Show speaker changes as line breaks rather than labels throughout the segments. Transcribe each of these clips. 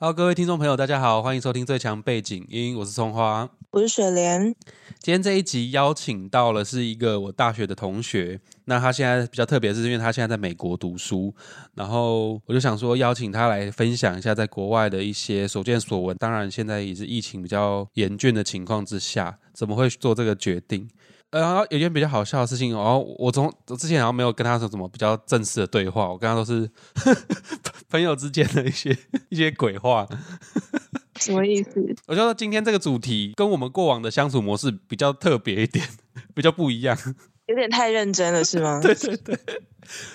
Hello，各位听众朋友，大家好，欢迎收听《最强背景音》，我是葱花。
我是雪莲，
今天这一集邀请到了是一个我大学的同学，那他现在比较特别，是因为他现在在美国读书，然后我就想说邀请他来分享一下在国外的一些所见所闻。当然，现在也是疫情比较严峻的情况之下，怎么会做这个决定？呃然后有一件比较好笑的事情，然后我从我之前好像没有跟他说什么比较正式的对话，我跟他都是 朋友之间的一些一些鬼话。
什么意思？
我就说今天这个主题跟我们过往的相处模式比较特别一点， 比较不一样。
有点太认真了是吗？
对对对，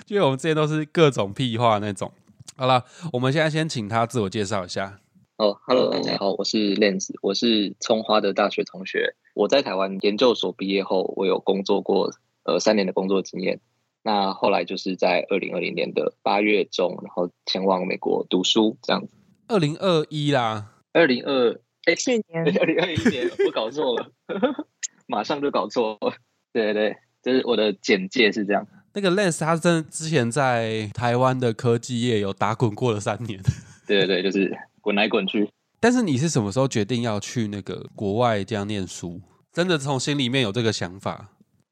因为我们之前都是各种屁话那种。好了，我们现在先请他自我介绍一下。
哦，Hello，大家好，我是 Lens，我是葱花的大学同学。我在台湾研究所毕业后，我有工作过呃三年的工作经验。那后来就是在二零二零年的八月中，然后前往美国读书这样子。
二零二一啦，
二零二
去年
二零二一年，我搞错了， 马上就搞错了。对对对，就是我的简介是这样。
那个 Lens 他真的之前在台湾的科技业有打滚过了三年，
对对对，就是滚来滚去。
但是你是什么时候决定要去那个国外这样念书？真的从心里面有这个想法？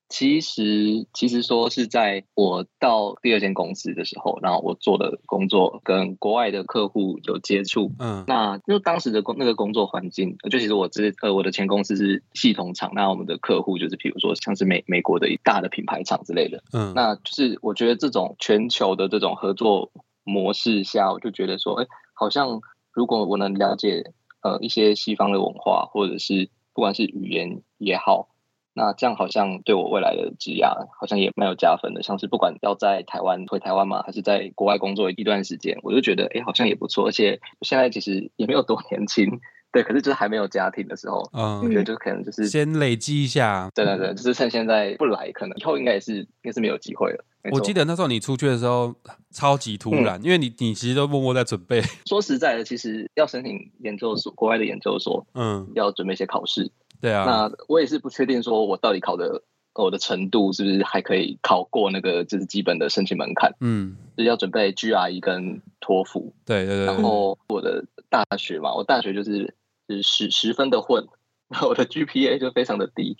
其实，其实说是在我到第二间公司的时候，然后我做的工作跟国外的客户有接触。
嗯
那就当时的工那个工作环境，就其实我之呃我的前公司是系统厂，那我们的客户就是比如说像是美美国的一大的品牌厂之类的。
嗯，
那就是我觉得这种全球的这种合作模式下，我就觉得说，哎，好像如果我能了解呃一些西方的文化，或者是不管是语言也好，那这样好像对我未来的职涯好像也蛮有加分的。像是不管要在台湾回台湾嘛，还是在国外工作一段时间，我就觉得哎，好像也不错。而且现在其实也没有多年轻，对，可是就是还没有家庭的时候，我
嗯，
觉得就可能就是
先累积一下。
对对对，就是趁现在不来，可能以后应该也是应该是没有机会了。没
我
错嗯
记得那时候你出去的时候超级突然，因为你你其实都默默在准备，
说实在的，其实要申请研究所，国外的研究所
嗯，
要准备一些考试。
对啊，
那我也是不确定，说我到底考的呃我的程度是不是还可以考过那个就是基本的申请门槛，
嗯，
就是要准备 GRE 跟托福。
对对对
然，后我的大学嘛，我大学就是就是十十分的混，然后我的 GPA 就非常的低。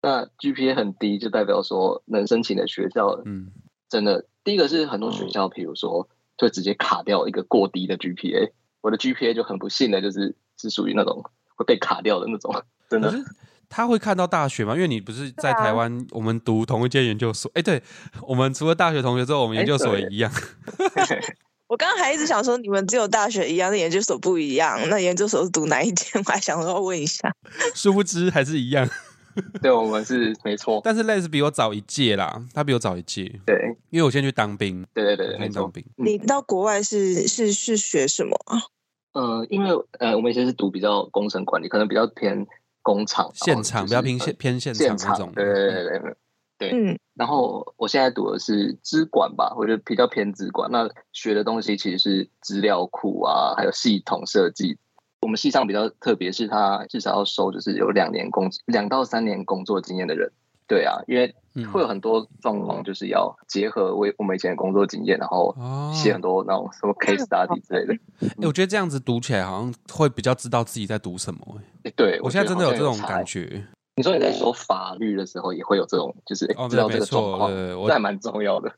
那 GPA 很低，就代表说能申请的学校
嗯，
真的，第一个是很多学校，比如说就直接卡掉一个过低的 GPA，我的 GPA 就很不幸的，就是是属于那种会被卡掉的那种，真
可
的。
是他会看到大学吗？因为你不是在
对啊
台湾，我们读同一间研究所，哎，对我们除了大学同学之后，我们研
哎
究所也
对
一样，
我刚刚还一直想说，你们只有大学一样，那研究所不一样。那研究所是读哪一间？ 我还想说要问一下。
殊不知还是一样。
对，我们是没错，
但是 Les 比我早一届啦，他比我早一届，
对，
因为我先去当兵，
对对
我
对，没
先当
错。
兵，
嗯
你到国外是是是学什么啊？
呃，因为呃，我们以前是读比较工程管理，可能比较偏工厂、
现场
比
不
较
要偏现偏现
呃现
那
场
种，，
对对对对对。
嗯，
然后我现在读的是资管吧，我觉得比较偏资管。那学的东西其实是资料库啊，还有系统设计。我们系上比较特别，是他至少要收就是有两年工两到三年工作经验的人。对啊，因为
嗯
会有很多状况，就是要结合我我们以前的工作经验，然后
哦，
写很多那种什么 case study 之类的。
哎我觉得这样子读起来好像会比较知道自己在读什么。哎
诶对，
我现在
觉
真
得
的
好
有
像
这
有
种
差
感
欸。
觉，
你说你在说法律的时候，也会有这种，就是诶
哦对
知道这
没
个
错
状况
对对，我
这还蛮重要的。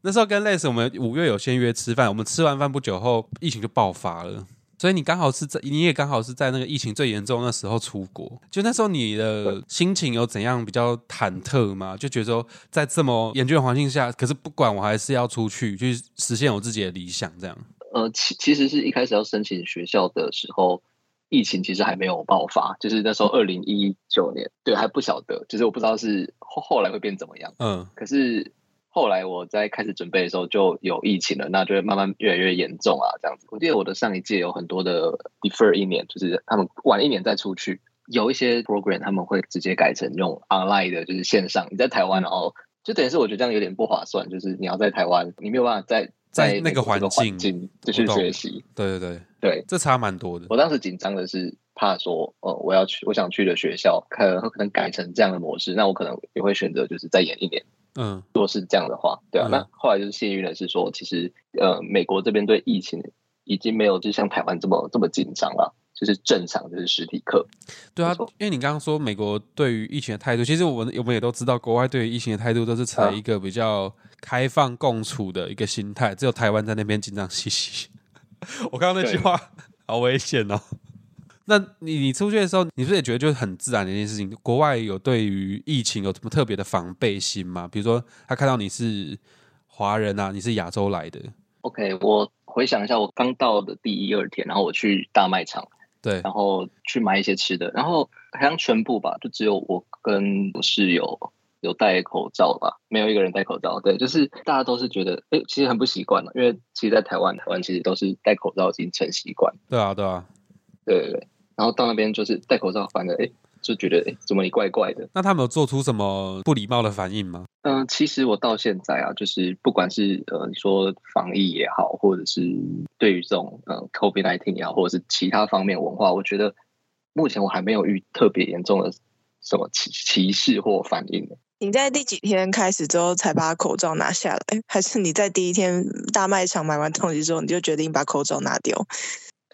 那时候跟 Les 我们五月有先约吃饭，我们吃完饭不久后，疫情就爆发了。所以你刚好是在，你也刚好是在那个疫情最严重的时候出国。就那时候你的心情有怎样比较忐忑吗？就觉得说，在这么严峻的环境下，可是不管我还是要出去，去实现我自己的理想，这样。
呃，其其实是一开始要申请学校的时候，疫情其实还没有爆发，就是那时候二零一九年，对，还不晓得，就是我不知道是后后来会变怎么样。
嗯
可是后来我在开始准备的时候就有疫情了，那就会慢慢越来越严重啊，这样子。我记得我的上一届有很多的 defer 一年，就是他们晚一年再出去，有一些 program 他们会直接改成用 online 的，就是线上。你在台
嗯
湾，然后就等于是我觉得这样有点不划算，就是你要在台湾，你没有办法在
在
在
那个
美国这个
环境
环境就
我
去
懂
学习。
对对对，
对
这差蛮多的。
我当时紧张的是怕说，呃，我要去我想去的学校，可能可能改成这样的模式，那我可能也会选择就是再演一年。
嗯
如果是这样的话，对啊，
嗯
那后来就是幸运的是说，其实呃，美国这边对疫情已经没有就像台湾这么这么紧张了，就是正常就是实体课。
对啊
没错，
因为你刚刚说美国对于疫情的态度，其实我们我们也都知道，国外对于疫情的态度都是采
啊
一个比较开放共处的一个心态，只有台湾在那边紧张兮兮。我刚刚那句
对
话好危险哦。那你你出去的时候，你是不是也觉得就是很自然的一件事情？国外有对于疫情有什么特别的防备心吗？比如说他看到你是华人啊，你是亚洲来的，
OK，我回想一下，我刚到的第一二天，然后我去大卖场，
对
然后去买一些吃的，然后好像全部吧，就只有我跟我室友有戴口罩吧，没有一个人戴口罩。对，就是大家都是觉得，哎，其实很不习惯了，因为其实，在台湾，台湾其实都是戴口罩已经成习惯。
对啊对啊。
对对对，然后到那边就是戴口罩，反正哎，诶就觉得哎，诶怎么你怪怪的？
那他们有做出什么不礼貌的反应吗？
嗯、其实我到现在啊，就是不管是呃你说防疫也好，或者是对于这种呃 COVID nineteen 也好，或者是其他方面文化，我觉得目前我还没有遇特别严重的什么歧歧视或反应。
你在第几天开始之后才把口罩拿下来？ 还是你在第一天大卖场买完东西之后，你就决定把口罩拿掉？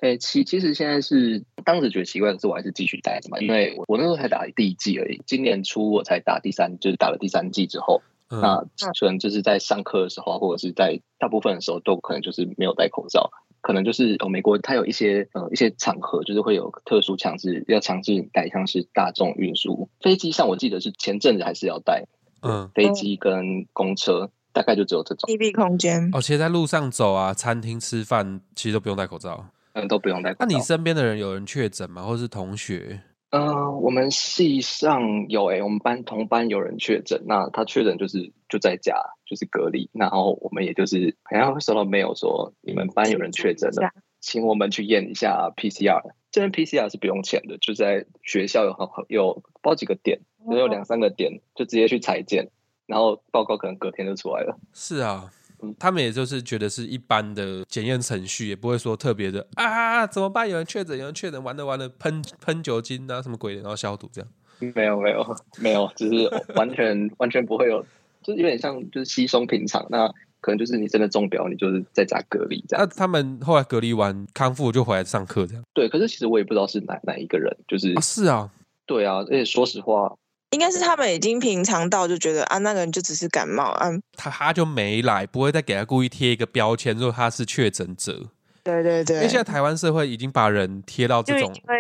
哎，其其实现在是当时觉得奇怪，可是我还是继续戴着嘛，因为我我那时候才打第一季而已，今年初我才打第三，就是打了第三季之后，
嗯，
那可能就是在上课的时候啊，或者是在大部分的时候，都可能就是没有戴口罩。可能就是呃，美国它有一些呃一些场合，就是会有特殊强制要强制你戴，像是大众运输、飞机上，我记得是前阵子还是要戴，
嗯，
飞机跟公车大概就只有这种，
密闭空间，
哦，其实在路上走啊，餐厅吃饭其实都不用戴口罩。
嗯，都不用戴口
那
罩。
你身边的人有人确诊吗？或是同学？
呃，我们系上有诶、我们班同班有人确诊，那他确诊就是就在家就是隔离，然后我们也就是好像会收到没有说你们班有人确诊了，请我们去验一下 PCR。这边 PCR 是不用钱的，就在学校有好有包几个点，只有两三个点，就直接去裁剪，然后报告可能隔天就出来了。
是啊
嗯，
他们也就是觉得是一般的检验程序，也不会说特别的啊，怎么办？有人确诊，有人确诊，完了完了，喷喷酒精啊，什么鬼的，然后消毒这样。
没有没有没有，就是完全完全不会有，就是有点像就是稀松平常。那可能就是你真的中标，你就是在家隔离这样嗯
那。他们后来隔离完康复就回来上课这样。
对，可是其实我也不知道是哪哪一个人，就是
啊，是啊，
对啊，而且说实话，
应该是他们已经平常到就觉得啊，那个人就只是感冒啊。
他他就没来，不会再给他故意贴一个标签说他是确诊者。
对对对，
因为现在台湾社会已经把人贴到
就
这种
会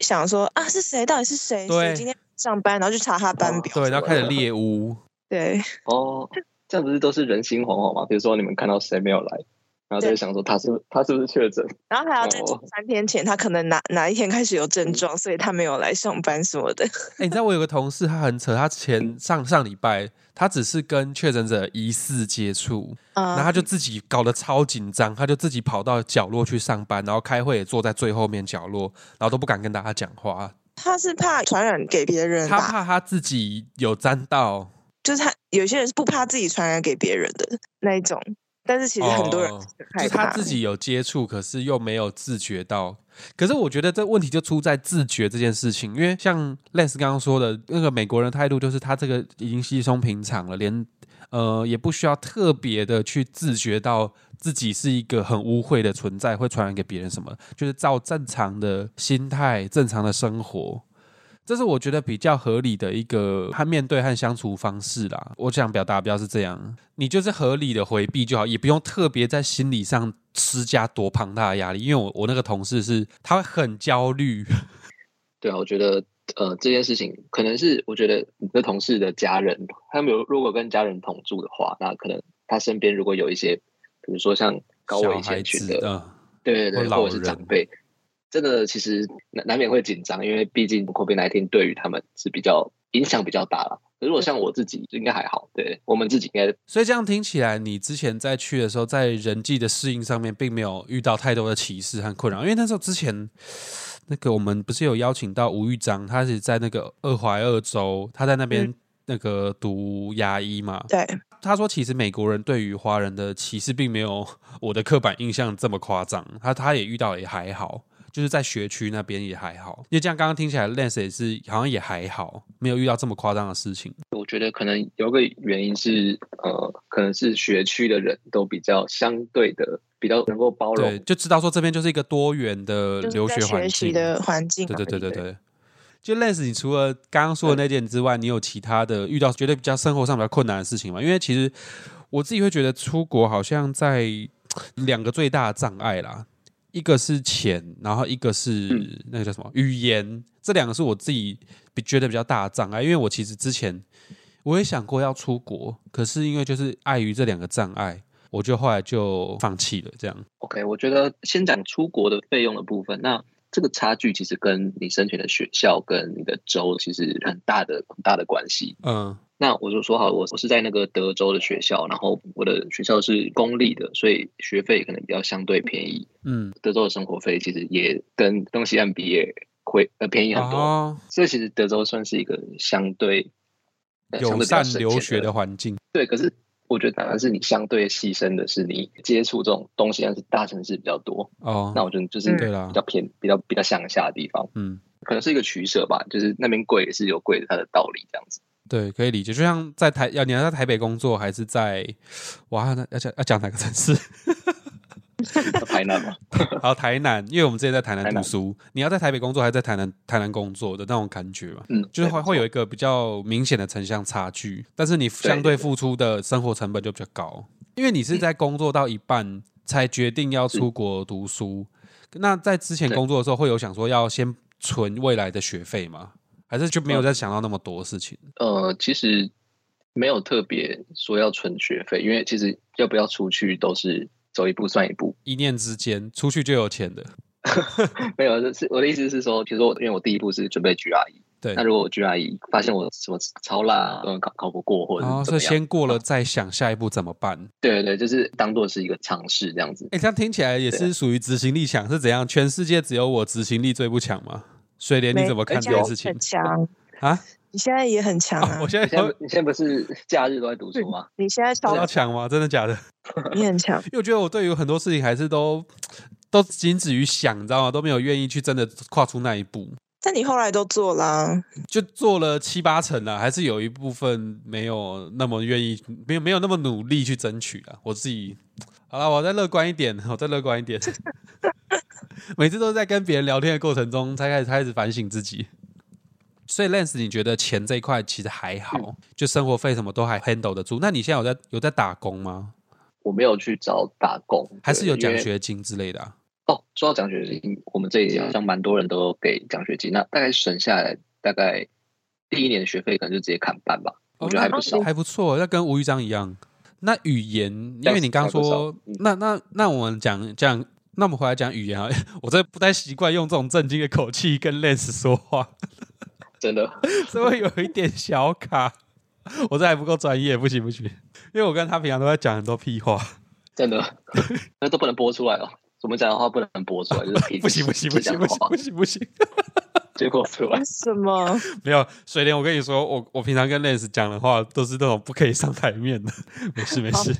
想说啊，是谁？到底是谁？
对哦
谁今天上班，然后去查他班表。
对，然后开始猎巫。
对，
哦，这样不是都是人心惶惶吗？比如说你们看到谁没有来，然后就
对
会想说他是不他是不是确诊？
然后还要在
哦
三天前，他可能哪哪一天开始有症状，所以他没有来上班什么的。
哎、你知道我有个同事，他很扯，他前上上礼拜，他只是跟确诊者疑似接触，然后
啊，
他就自己搞得超紧张，他就自己跑到角落去上班，然后开会也坐在最后面角落，然后都不敢跟大家讲话，
他是怕传染给别人
他
吧？
怕他自己有沾到。
就是他有些人是不怕自己传染给别人的那一种，但是其实很多人
哦就
害
是
怕、
他自己有接触，可是又没有自觉到。可是我觉得这问题就出在自觉这件事情，因为像 Les 刚刚说的那个美国人态度，就是他这个已经稀松平常了，连呃也不需要特别的去自觉到自己是一个很污秽的存在，会传染给别人什么，就是照正常的心态、正常的生活。这是我觉得比较合理的一个和面对和相处方式啦。我想表达比较是这样，你就是合理的回避就好，也不用特别在心理上施加多庞大的压力。因为我我那个同事是他会很焦虑，
对啊，我觉得呃这件事情可能是我觉得你的同事的家人，他们有如果跟家人同住的话，那可能他身边如果有一些，比如说像高
小
危
孩
险群
子
的，
嗯
对对
或
对，
老
或者是
人
长辈，真的其实难难免会紧张，因为毕竟 COVID 19对于他们是比较影响比较大了。如果像我自己，应该还好，对我们自己应该
所以这样听起来，你之前在去的时候，在人际的适应上面，并没有遇到太多的歧视和困扰。因为那时候之前，那个我们不是有邀请到吴玉章，他是在那个二怀二州，他在那
嗯
边、那个读牙医嘛，
对，
他说，其实美国人对于华人的歧视并没有 我的刻板印象这么夸张，他他也遇到也还好，就是在学区那边也还好，因为这样刚刚听起来，Lance 也是好像也还好，没有遇到这么夸张的事情。
我觉得可能有个原因是，呃，可能是学区的人都比较相对的比较能够包容
对，就知道说这边就是一个多元的
就是
留
在
学环
学
境
习的环 境嘛，
对对对对
对
对。就 Lens，你除了刚刚说的那件之外，你有其他的遇到觉得比较生活上比较困难的事情吗？因为其实我自己会觉得出国好像在两个最大的障碍啦，一个是钱，然后一个是、
嗯
那个叫什么语言，这两个是我自己比觉得比较大的障碍。因为我其实之前我也想过要出国，可是因为就是碍于这两个障碍，我就后来就放弃了。这样，
OK，我觉得先讲出国的费用的部分。那这个差距其实跟你申请的学校跟你的州其实很大的很大的关系。
嗯
那我就说好，我我是在那个德州的学校，然后我的学校是公立的，所以学费可能比较相对便宜。
嗯，
德州的生活费其实也跟东西岸比也会呃便宜很多，
哦
所以其实德州算是一个相对呃相
友
对比较
善
省
留
钱
学的环境。
对，可是我觉得反而是你相对牺牲的是你接触这种东西，但是大城市比较多。
哦，
那我觉得就是
对啦
比较偏、比较比较乡下的地方，
嗯，
可能是一个取舍吧，就是那边贵也是有贵的它的道理这 样子。
对，可以理解。就像在台，要你要在台北工作，还是在哇，那要讲要讲哪个城市？
那台南嘛，
好，台南，因为我们之前在台南
台
读
南
书，你要在台北工作，还是在台南台南工作的那种感觉嘛，
嗯，
就是会
对
会有一个比较明显的城乡差距，但是你相对
对对
付出的生活成本就比较高，因为你是在工作到一半才决定要出国读书。那在之前
对
工作的时候，会有想说要先存未来的学费吗？还是就没有
嗯
再想到那么多事情？
呃，其实没有特别说要存学费，因为其实要不要出去都是走一步算一步。
一念之间，出去就有钱的。
没有，是是我的意思是说，其实我因为我第一步是准备 GRE，
对，
那如果我 GRE 发现我什么超烂，嗯，考考不过或者
然后
是怎
哦是
么样，啊
先过了再想下一步怎么办。
对对，就是当做是一个尝试这样子。
哎，这样听起来也
对啊
是属于执行力强，是怎样？全世界只有我执行力最不强吗？水哎莲，你
没
怎么看
你
这
现在
件
也
事情
很强
啊？
你现在也很强
啊
啊
我！现在
你现在
有
不你现在不是假日都在读书吗？
你现在
都
超
要强吗？真的假的？
你很强，
因为我觉得我对于很多事情还是都都仅止于想，你知道吗？都没有愿意去真的跨出那一步，
但你后来都做啊啦，
就做了七八成了，还是有一部分没有那么愿意，没有没有那么努力去争取了。我自己好了，我再乐观一点，我再乐观一点。 每次都在跟别人聊天的过程中，才开始开始反省自己。所以，Lens，你觉得钱这一块其实还好，就生活费什么都还 handle 得住。那你现在有在有在打工吗？
我没有去找打工，
还是有
对因
奖
为
学金之类的、啊？
哦。说到奖学金，我们这一届
嗯
好像蛮多人都有给奖学金，那大概省下来大概第一年的学费可能就直接砍半吧，我觉得还不少。
还不错，哦那跟吴玉章一样。那语言，因
但
为
是
你刚
还不
说
少嗯，
那那那我们讲讲，那我们回来讲语言啊， 我这不太习惯用这种震惊的口气跟 Lens 说话，
真的，
所以有一点小卡。 我这还不够专业，不行不行，因为我跟他平常都在讲很多屁话，
真的，那都不能播出来哦。我们讲的话不能播出来，就是
不行不行不
只
行
讲
不行
话
不行不行，
结果出来
为。什么？
没有水莲，我跟你说，我我平常跟 Lens 讲的话都是那种不可以上台面的， 没事没事。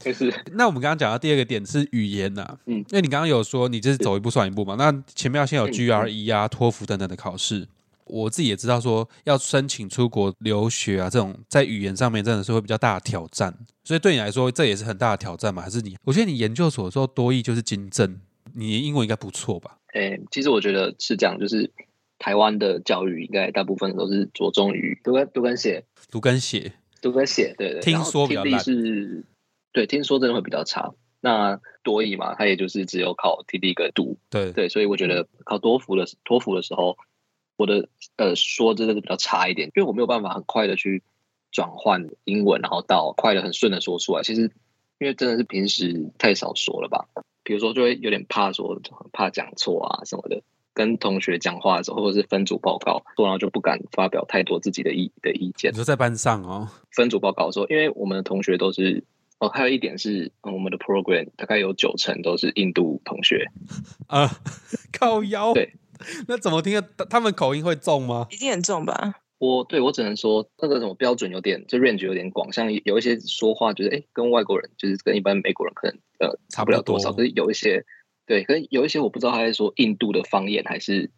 就是
那我们刚刚讲到第二个点是语言呐、
嗯
因为你刚刚有说你这是走一步算一步嘛，那前面要先有
嗯
GRE 啊、托福等等的考试。我自己也知道说要申请出国留学啊，这种在语言上面真的是会比较大的挑战，所以对你来说这也是很大的挑战嘛？还是你？我觉得你研究所的时候多译就是金正，你英文应该不错吧？
诶、其实我觉得是这样，就是台湾的教育应该大部分都是着重于读跟读跟写，
读跟写，
读跟写，对对。
听
然后
说比较
听力
烂
是，对，听说真的会比较差。那多译嘛，它也就是只有考听力跟读，
对，
对，所以我觉得考托福的托福的时候，我的呃说真的是比较差一点，因为我没有办法很快的去转换英文，然后到快的很顺的说出来。其实因为真的是平时太少说了吧，比如说就会有点怕说很怕讲错啊什么的。跟同学讲话的时候，或者是分组报告，然后就不敢发表太多自己的意的意见
你。说在班上哦，
分组报告的时候，因为我们的同学都是哦，还有一点是、嗯我们的 program 大概有九成都是印度同学，
啊、 靠腰，
对，
那怎么听得？他们口音会重吗？
一定很重吧？
我对我只能说，那个什么标准有点，就 range 有点广，像有一些说话就是，哎，跟外国人就是跟一般美国人可能呃
差
差
不
不
多
了多少，可是有一些对，可是有一些我不知道他在说印度的方言还是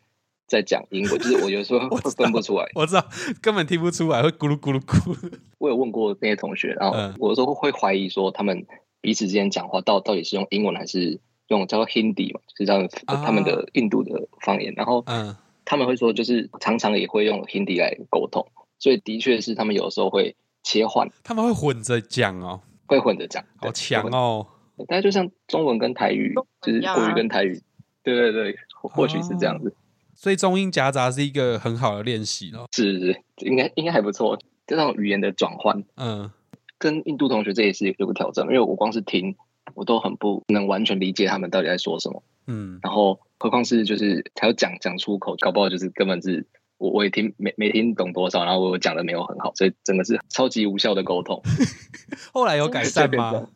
在讲英文，就是我有时候
我
会
知道
分不出来。
我知道，根本听不出来，会咕噜咕噜咕噜。
我有问过那些同学，然后
嗯
我有时候会怀疑说他们彼此之间讲话到到底是用英文还是用叫做 Hindi 嘛，就是他们、
啊
他们的印度的方言，然后
嗯
他们会说就是常常也会用 Hindi 来沟通，所以的确是他们有时候会切换，
他们会混着讲哦，
会混着讲，
好
对
强！哦。
会混但就像中文跟台语
中，
就
文
是
一样啊
国语跟台语，对对对，或或许是这
哦
样子。
所以中英夹杂是一个很好的练习哦。
是是，是，应该应该还不错。这种语言的转换，
嗯，
跟印度同学这也是有个挑战，因为我光是听，我都很不能完全理解他们到底在说什么。
嗯，
然后，何况是就是还要讲讲出口，搞不好就是根本是我我也听没没听懂多少，然后我讲的没有很好，所以真的是超级无效的沟通。
后来有改善吗？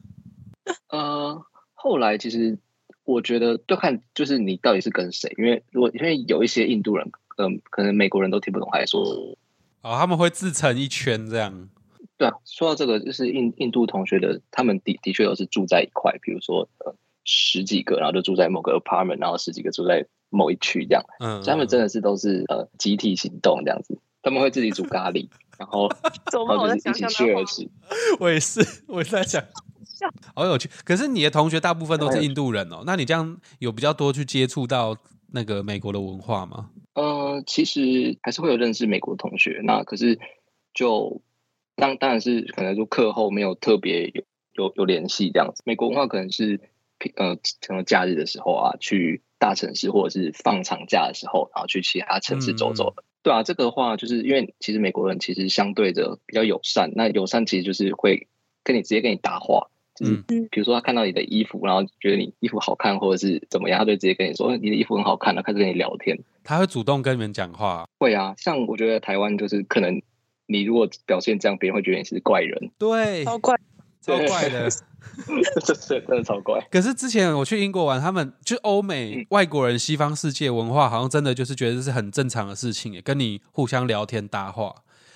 呃，后来其实我觉得就看就是你到底是跟谁，因为如果因为有一些印度人，嗯、可能美国人都听不懂他在说什么。
哦，他们会自成一圈这样。
对啊，说到这个，就是印印度同学的，他们的的确都是住在一块，比如说呃十几个，然后就住在某个 apartment，然后十几个住在某一区这样，
嗯，
所以他们真的是都是呃集体行动这样子，他们会自己煮咖喱，然 后
怎么
然
办
后
我
就
在
是一
想
起
象的
share
话，
吃，
我也是，我也是在 想，好有趣。可是你的同学大部分都是印度人哦，那你这样有比较多去接触到那个美国的文化吗？
呃，其实还是会有认识美国同学，那可是就当当然是可能就课后没有特别有有有联系这样子。美国文化可能是平呃，可能假日的时候啊，去大城市或者是放长假的时候，然后去其他城市走走。对啊，这个的话就是因为其实美国人其实相对着比较友善，那友善其实就是会跟你直接跟你搭话，就是
嗯
比如说他看到你的衣服，然后觉得你衣服好看或者是怎么样，他就直接跟你说哦你的衣服很好看，然后开始跟你聊天。
他会主动跟你们讲话。
会啊，像我觉得台湾就是可能你如果表现这样，别人会觉得你是怪 人，
对，
超怪，
超怪 的。
这这真的超怪。
可是之前我去英国玩，他们就欧美
嗯
外国人、西方世界文化，好像真的就是觉得这是很正常的事情耶，跟你互相聊天搭话。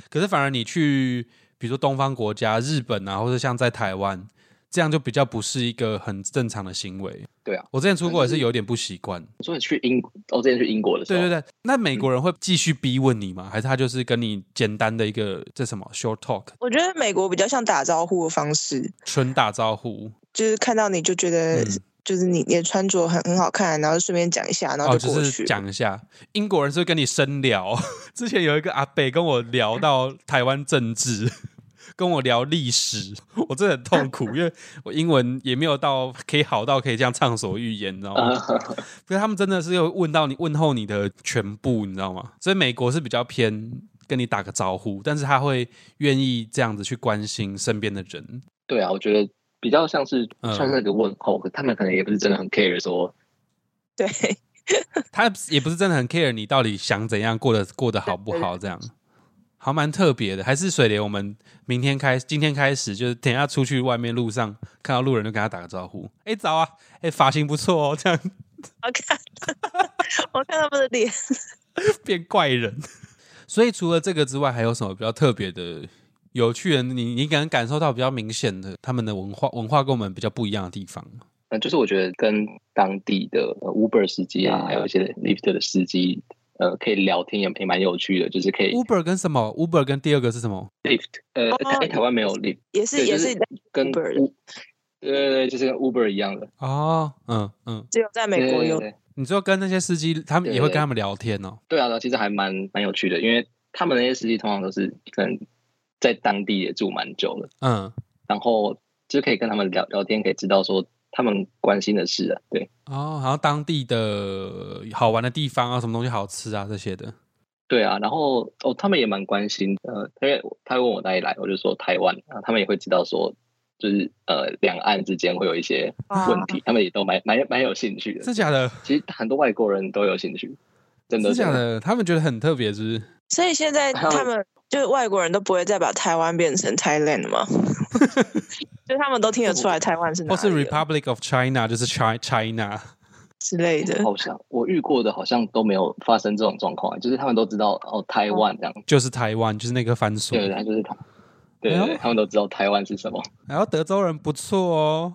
可是反而你去，比如说东方国家、日本啊，或者像在台湾，这样就比较不是一个很正常的行为。
对啊，
我之前出国也是有点不习惯。
所以去英，我、哦之前去英国的时
对
候，
对对，
嗯
那美国人会继续逼问你吗？还是他就是跟你简单的一个这什么 short talk
我觉得美国比较像打招呼的方式，
纯打招呼？
就是看到你就觉得
嗯
就是你你的穿着很很好看，然后顺便讲一下，然
哦，
后
就
过
是
去。
讲一下，英国人是会跟你深聊。 之前有一个阿北跟我聊到台湾政治， 跟我聊历史，我真的很痛苦，因为我英文也没有到可以好到可以这样畅所欲言，你知道吗？
啊，
可是他们真的是有问到你问候你的全部，你知道吗？所以美国是比较偏跟你打个招呼，但是他会愿意这样子去关心身边的人。
对啊，我觉得比较像是
嗯
算是一个问候，可他们可能也不是真的很 care 说，
对，
他也不是真的很 care 你到底想怎样，过得过得好不好，这样，还蛮特别的。还是水莲，我们明天开，今天开始，就是等一下出去外面路上看到路人就跟他打个招呼，哎、早啊，哎、发型不错哦，这样
好看，我看他们的脸。
变怪人。 所以除了这个之外，还有什么比较特别的、有趣的？你你能感受到比较明显的他们的文化文化跟我们比较不一样的地方吗？
嗯、就是我觉得跟当地的呃 Uber 司机啊，还有一些 Lyft 的司机，呃，可以聊天也也蛮有趣的，就是可以
Uber 跟什么？Uber 跟第二个是什么？
Lyft，呃，台哎台湾没有 Lyft，
也是
对
也
就是跟
Uber
U，对对对，就是跟 Uber 一样的，
哦，嗯嗯，
只有在美国
对
有
对。对
你说跟那些司机，他们也会
对
跟他们聊天哦。
对啊，对啊其实还蛮蛮有趣的，因为他们那些司机通常都是可能在当地也住蛮久了，
嗯，
然后就可以跟他们聊聊天，可以知道说他们关心的事啊。对
哦，好像当地的好玩的地方啊，什么东西好吃啊这些的。
对啊，然后哦，他们也蛮关心，呃，因为他问我哪里来，我就说台湾，啊，他们也会知道说。就是呃，两岸之间会有一些问题，他们也都蛮蛮蛮有兴趣
真
的。
假的？
其实很多外国人都有兴趣，真的
真
真
假
的。
的？他们觉得很特别，是不是？
所以现在
还有
他们就是外国人都不会再把台湾变成 Thailand 了吗？ 就他们都听得出来台湾是哪
或是
里了
啊
Republic of China 就是 Chi China
之类的。
好像我遇过的，好像都没有发生这种状况，就是他们都知道哦，台湾这样，
就是台湾，就是那个番薯。
对，他就是他，对
哎
对
呦
对，他们都知道台湾是什么，
然后德州人不错哦。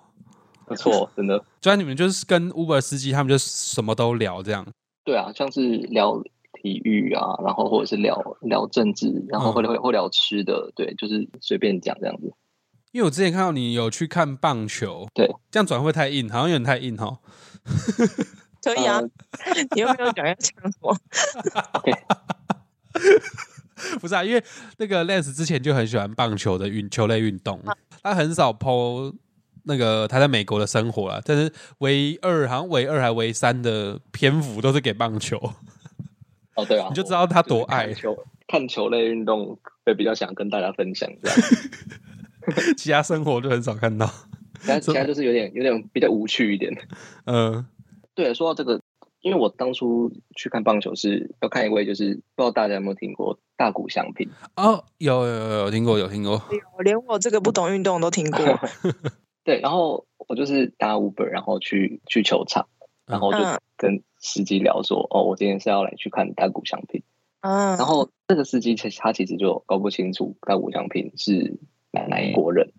不 错，真的，
虽然你们就是跟 Uber 司机，他们就什么都聊这样。
对啊，像是聊体育啊，然后或者是聊聊政治，然后
嗯
或者会会聊吃的，对，就是随便讲这样子，
因为我之前看到你有去看棒球，
对，
这样转会不会太硬，好像有点太硬哦哈。
可以啊
呃，
你有没有想要讲什么？
不是啊，因为那个 Lance 之前就很喜欢棒球的运球类运动，他很少 PO 那个他在美国的生活啦，但是唯二好像唯二还唯三的篇幅都是给棒球，
哦，对啊，
你就知道他多
我就是
爱
看球，看球类运动会比较想跟大家分享 这样。
其他生活就很少看到。
但其他就是有点有点比较无趣一点。
嗯
对，说到这个，因为我当初去看棒球是要看一位，就是不知道大家有没有听过大谷翔平。
哦，有有有有听过有听过，
我连我这个不懂运动都 听过，
对，然后我就是搭 Uber，然后去去球场，然后就
嗯
跟司机聊说，哦，我今天是要来去看大谷翔平。
嗯，
然后这个司机其实他其实就搞不清楚大谷翔平是哪哪一国人，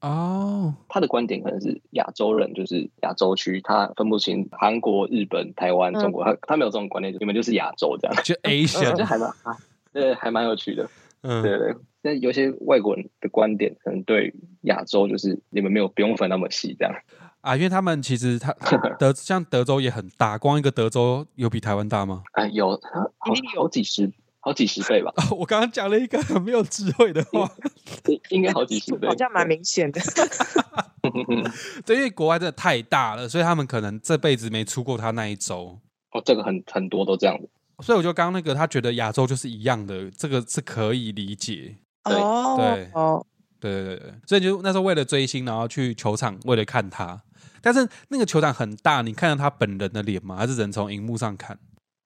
哦，
他的观点可能是亚洲人，就是亚洲区，他分不清韩国、日本、台湾、
嗯
中国，他他没有这种观念，你们就是亚洲这样。
就
我觉得
Asian，
还蛮
嗯
还对，还蛮有趣的。对
嗯
对，那有些外国人的观点，可能对亚洲就是你们没有不用分那么细这样。
啊，因为他们其实他德像德州也很大，光一个德州有比台湾大 吗？
哎，有好好
一定有
好几十好几十 倍吧，
啊，我刚刚讲了一个很没有智慧的话，
应应该好几十倍，
好像蛮明显的。
对，因为国外真的太大了，所以他们可能这辈子没出过他那一州。
哦，这个很很多都这样子。
所以我就刚刚那个，他觉得亚洲就是一样的，这个是可以理解。
对
哦
对
哦，
对对对对，所以就那时候为了追星，然后去球场为了看他。但是那个球场很大，你看到他本人的脸吗？还是人从荧幕上看？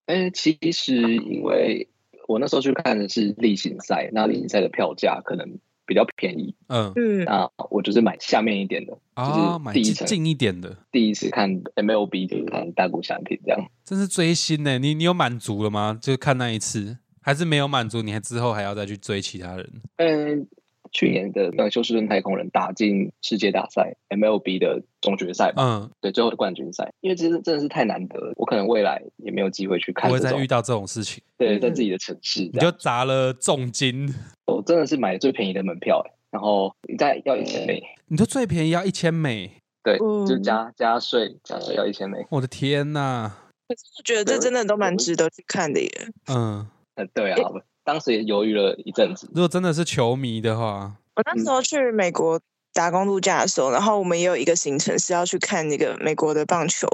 哎，其实因为我那时候去看的是例行赛，那例行赛的票价可能比较便宜，
嗯，
嗯，
那我就是买下面一点的，
啊，买
第一
近
层
近一点的，
第一次看 MLB 就是看大谷翔平这样。
真是追星呢、你你有满足了吗？就看那一次，还是没有满足？你还之后还要再去追其他人？
嗯，去年的那个休斯顿太空人打进世界大赛 MLB 的总决赛
啊
嘛，
嗯，
对，最后的冠军赛，因为这是真的是太难得了，我可能未来也没有机会去看
不会
这
再遇
种，
到这种事情，
嗯
对，啊在自己的城市
你
这
就
样，
砸了重金，
我真的是买最便宜的门票，欸然后再要一千美，
你说最便宜要一千美，
对，
嗯
就加加税，加税要一千美，
我的天呐！
可是我觉得这真的都蛮值得去看的耶。
嗯，
嗯，对啊，我当时也犹豫了一 阵子，
如果真的是球迷的话，
我那时候去美国打工度假的时候，然后我们也有一个行程是要去看那个美国的棒球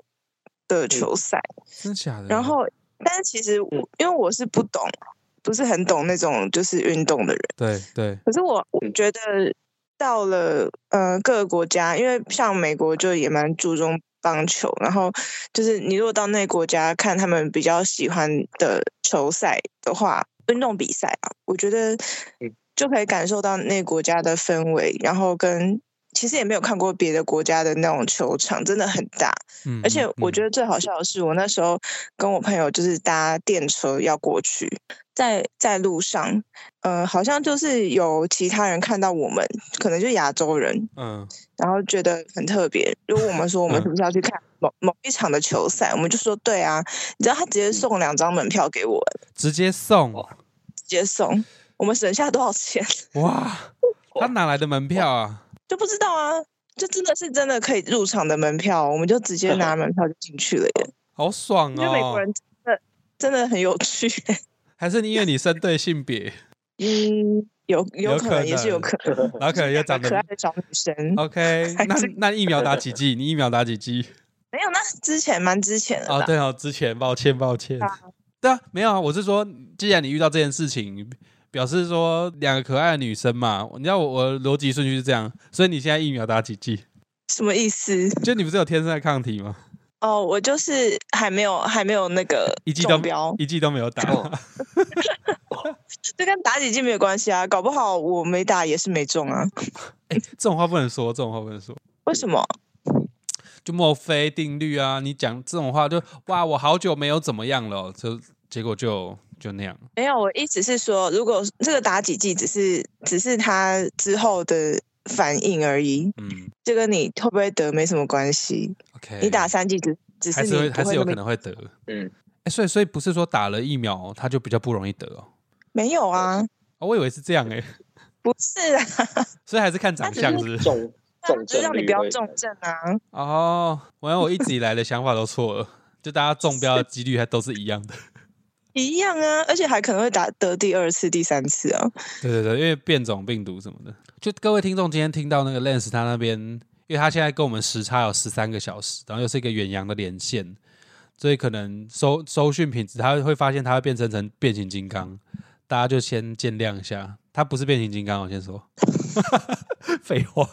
的球赛，
真假的？
然后但是其实我因为我是不懂，不是很懂那种就是运动的人，
对对，
可是我我
嗯
觉得到了呃各个国家，因为像美国就也蛮注重棒球，然后就是你如果到那个国家看他们比较喜欢的球赛的话，运动比赛啊，我觉得
嗯
就可以感受到那个国家的氛围，然后跟。其实也没有看过别的国家的那种球场，真的很大。
嗯，
而且我觉
得，
得最好笑的是，我那时候跟我朋友就是搭电车要过去，在在路上，呃，好像就是有其他人看到我们，可能就亚洲人，
嗯，
然后觉得很特别。如果我们说我们
嗯
是不是要去看某某一场的球赛，我们就说对啊，你知道他直
嗯
接送两张门票给我，
直接送，
哇
直接送，我们省下多少钱
哇，他哪来的门票啊？
就不知道啊。就真的是真的可以入场的门票，我们就 直接拿门票就进去了耶。
好爽
因为美国
哦！
人真的真的很有趣耶、
还是因为你生对性 别，
嗯，有有
有
可
可
能，也是有
能
可能。
然后可能又长
可爱
得哦
的小女生，
OK，那那疫苗打几 剂？你疫苗打几剂？
没有，那是之前蛮之 前的
哦，
啦。
对哦，之前抱歉抱歉， 对啊，没有啊，我是说，既然你遇到这件事情，表示说两个可爱的女生嘛，你知道我我的逻辑顺序是这样，所以你现在疫苗打几剂？
什么意思？
就你不是有天生的抗体吗？
哦，我就是还没有还没有那个
一剂都
中标，
一剂都没有打，
哦
这跟打几剂没有关系啊。搞不好我没打也是没中啊。
哎、这种话不能说，这种话不能说，
为什么？
就墨菲定律啊！你讲这种话就哇，我好久没有怎么样了哦，就结果就就那样。
没有，我意思是说，如果这个打几剂只是只是他之后的反应而已，
嗯
这跟你会不会得没什么关系。
，OK，
你打三剂只只
哎还
是
是
你
会
不
还
会
是有
那么
可能会得。
嗯，
哎、所以所以不是说打了疫苗他就比较不容易得哦，
没有啊，
哦我以为是这样哎、
不不是啊，
所以还是看长相，
他
是不 是？
重重
啊就
症率
让你不要
会
重症啊。
哦，完了，我一直以来的想法都错了， 就大家中标的几率还都是一样的。
一样啊，而且还可能会打得第二次、第三次啊。
对对对，因为变种病毒什么的，就各位听众今天听到那个 Lens 他那边，因为他现在跟我们时差有十三个小时，然后又是一个远洋的连线，所以可能收收讯品质，他会发现他会变成成变形金刚，大家就先见谅一下，他不是变形金刚，我先说， 废话。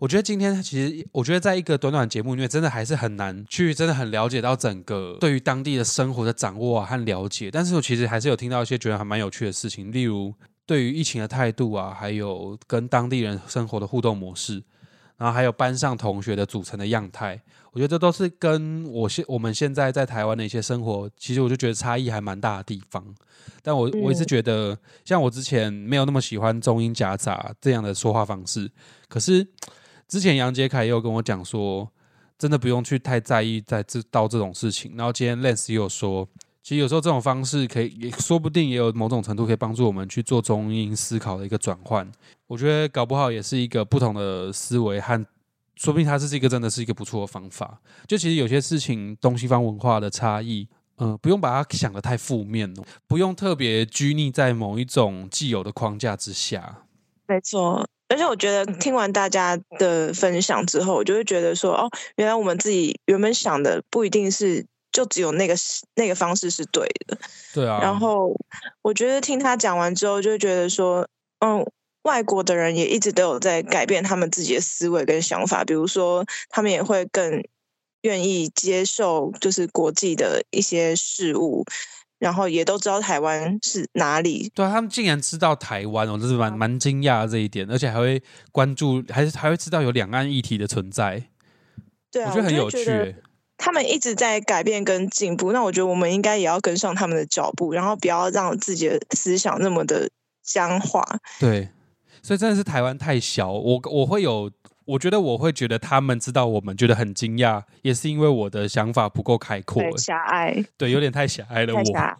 我觉得今天其实，我觉得在一个短短节目里面，真的还是很难去真的很了解到整个对于当地的生活的掌握啊和了解。但是我其实还是有听到一些觉得还蛮有趣的事情，例如对于疫情的态度啊，还有跟当地人生活的互动模式，然后还有班上同学的组成的样态。我觉得这都是跟我现我们现在在台湾的一些生活，其实我就觉得差异还蛮大的地方。但我我一直觉得，像我之前没有那么喜欢中英夹杂这样的说话方式，可是之前杨杰凯也有跟我讲说，真的不用去太在意在这到这种事情。然后今天 Lens 也有说，其实有时候这种方式可以，也说不定也有某种程度可以帮助我们去做中英思考的一个转换。我觉得搞不好也是一个不同的思维和。说不定它这是一个真的是一个不错的方法。就其实有些事情东西方文化的差异，嗯，不用把它想得太负面哦，不用特别拘泥在某一种既有的框架之下。
没错，而且我觉得听完大家的分享之后，我就会觉得说，哦，原来我们自己原本想的不一定是就只有那个那个方式是对的。
对啊，
然后我觉得听他讲完之后，就会觉得说，嗯。外国的人也一直都有在改变他们自己的思维跟想法，比如说他们也会更愿意接受就是国际的一些事物，然后也都知道台湾是哪里，
对啊，他们竟然知道台湾，哦我真是蛮蛮惊讶的这一点，而且还会关注，还是还会知道有两岸议题的存在，
对啊，
我觉得很
就
有
会
趣
觉得
欸。
他们一直在改变跟进步，那我觉得我们应该也要跟上他们的脚步，然后不要让自己的思想那么的僵化。
对，所以真的是台湾太小，我我会有，我觉得我会觉得他们知道我们觉得很惊讶，也是因为我的想法不够开阔，
对，狭隘，
对，有点太狭隘了。
太狭隘